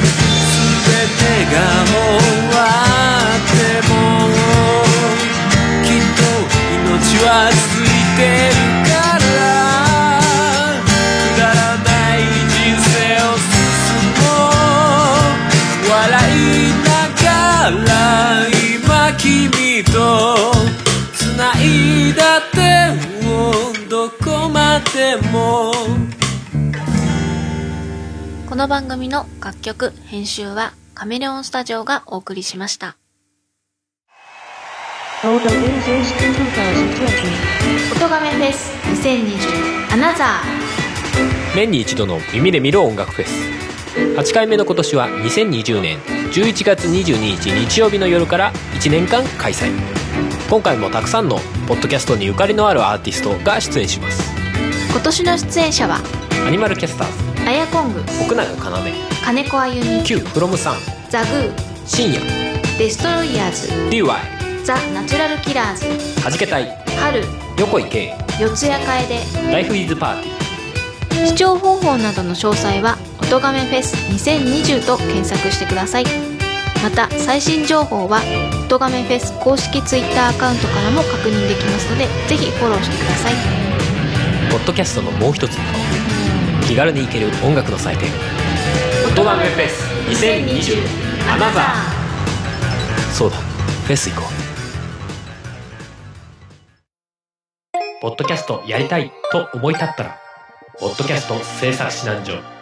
[SPEAKER 3] 全てが終わってもきっと命はついてるからくだらない人生を進もう笑いながら今君とつないだ手をどこまでも
[SPEAKER 2] この番組の楽曲、編集はカメレオンスタジオがお送りしました。
[SPEAKER 4] Photo Insist 2020.
[SPEAKER 2] 音亀フェス2020アナザ
[SPEAKER 1] 年に一度の耳で見る音楽フェス8回目の今年は2020年11月22日日曜日の夜から1年間開催今回もたくさんのポッドキャストにゆかりのあるアーティストが出演します
[SPEAKER 2] ー。今年の出演者は
[SPEAKER 1] アニマルキャスターズ
[SPEAKER 2] ラヤコング
[SPEAKER 1] 奥永要
[SPEAKER 2] 金子あゆみ
[SPEAKER 1] Q フロムさん
[SPEAKER 2] ザグ
[SPEAKER 1] 深夜
[SPEAKER 2] ーデストロイヤーズ
[SPEAKER 1] DY は
[SPEAKER 2] ザ・ナチュラルキラーズ
[SPEAKER 1] じけたい
[SPEAKER 2] 春
[SPEAKER 1] 横井圭
[SPEAKER 2] 四谷楓
[SPEAKER 1] ライフイズパーティー
[SPEAKER 2] 視聴方法などの詳細は「おとがめフェス2020」と検索してくださいまた最新情報は「おとがめフェス」公式 Twitter アカウントからも確認できますのでぜひフォローしてください
[SPEAKER 1] ポッドキャストのもう一つの顔気軽に行ける音楽の祭典
[SPEAKER 2] 「お
[SPEAKER 1] 音楽フェス2020アナザそうだフェス行こうポッドキャストやりたいと思い立ったらポッドキャスト制作指南所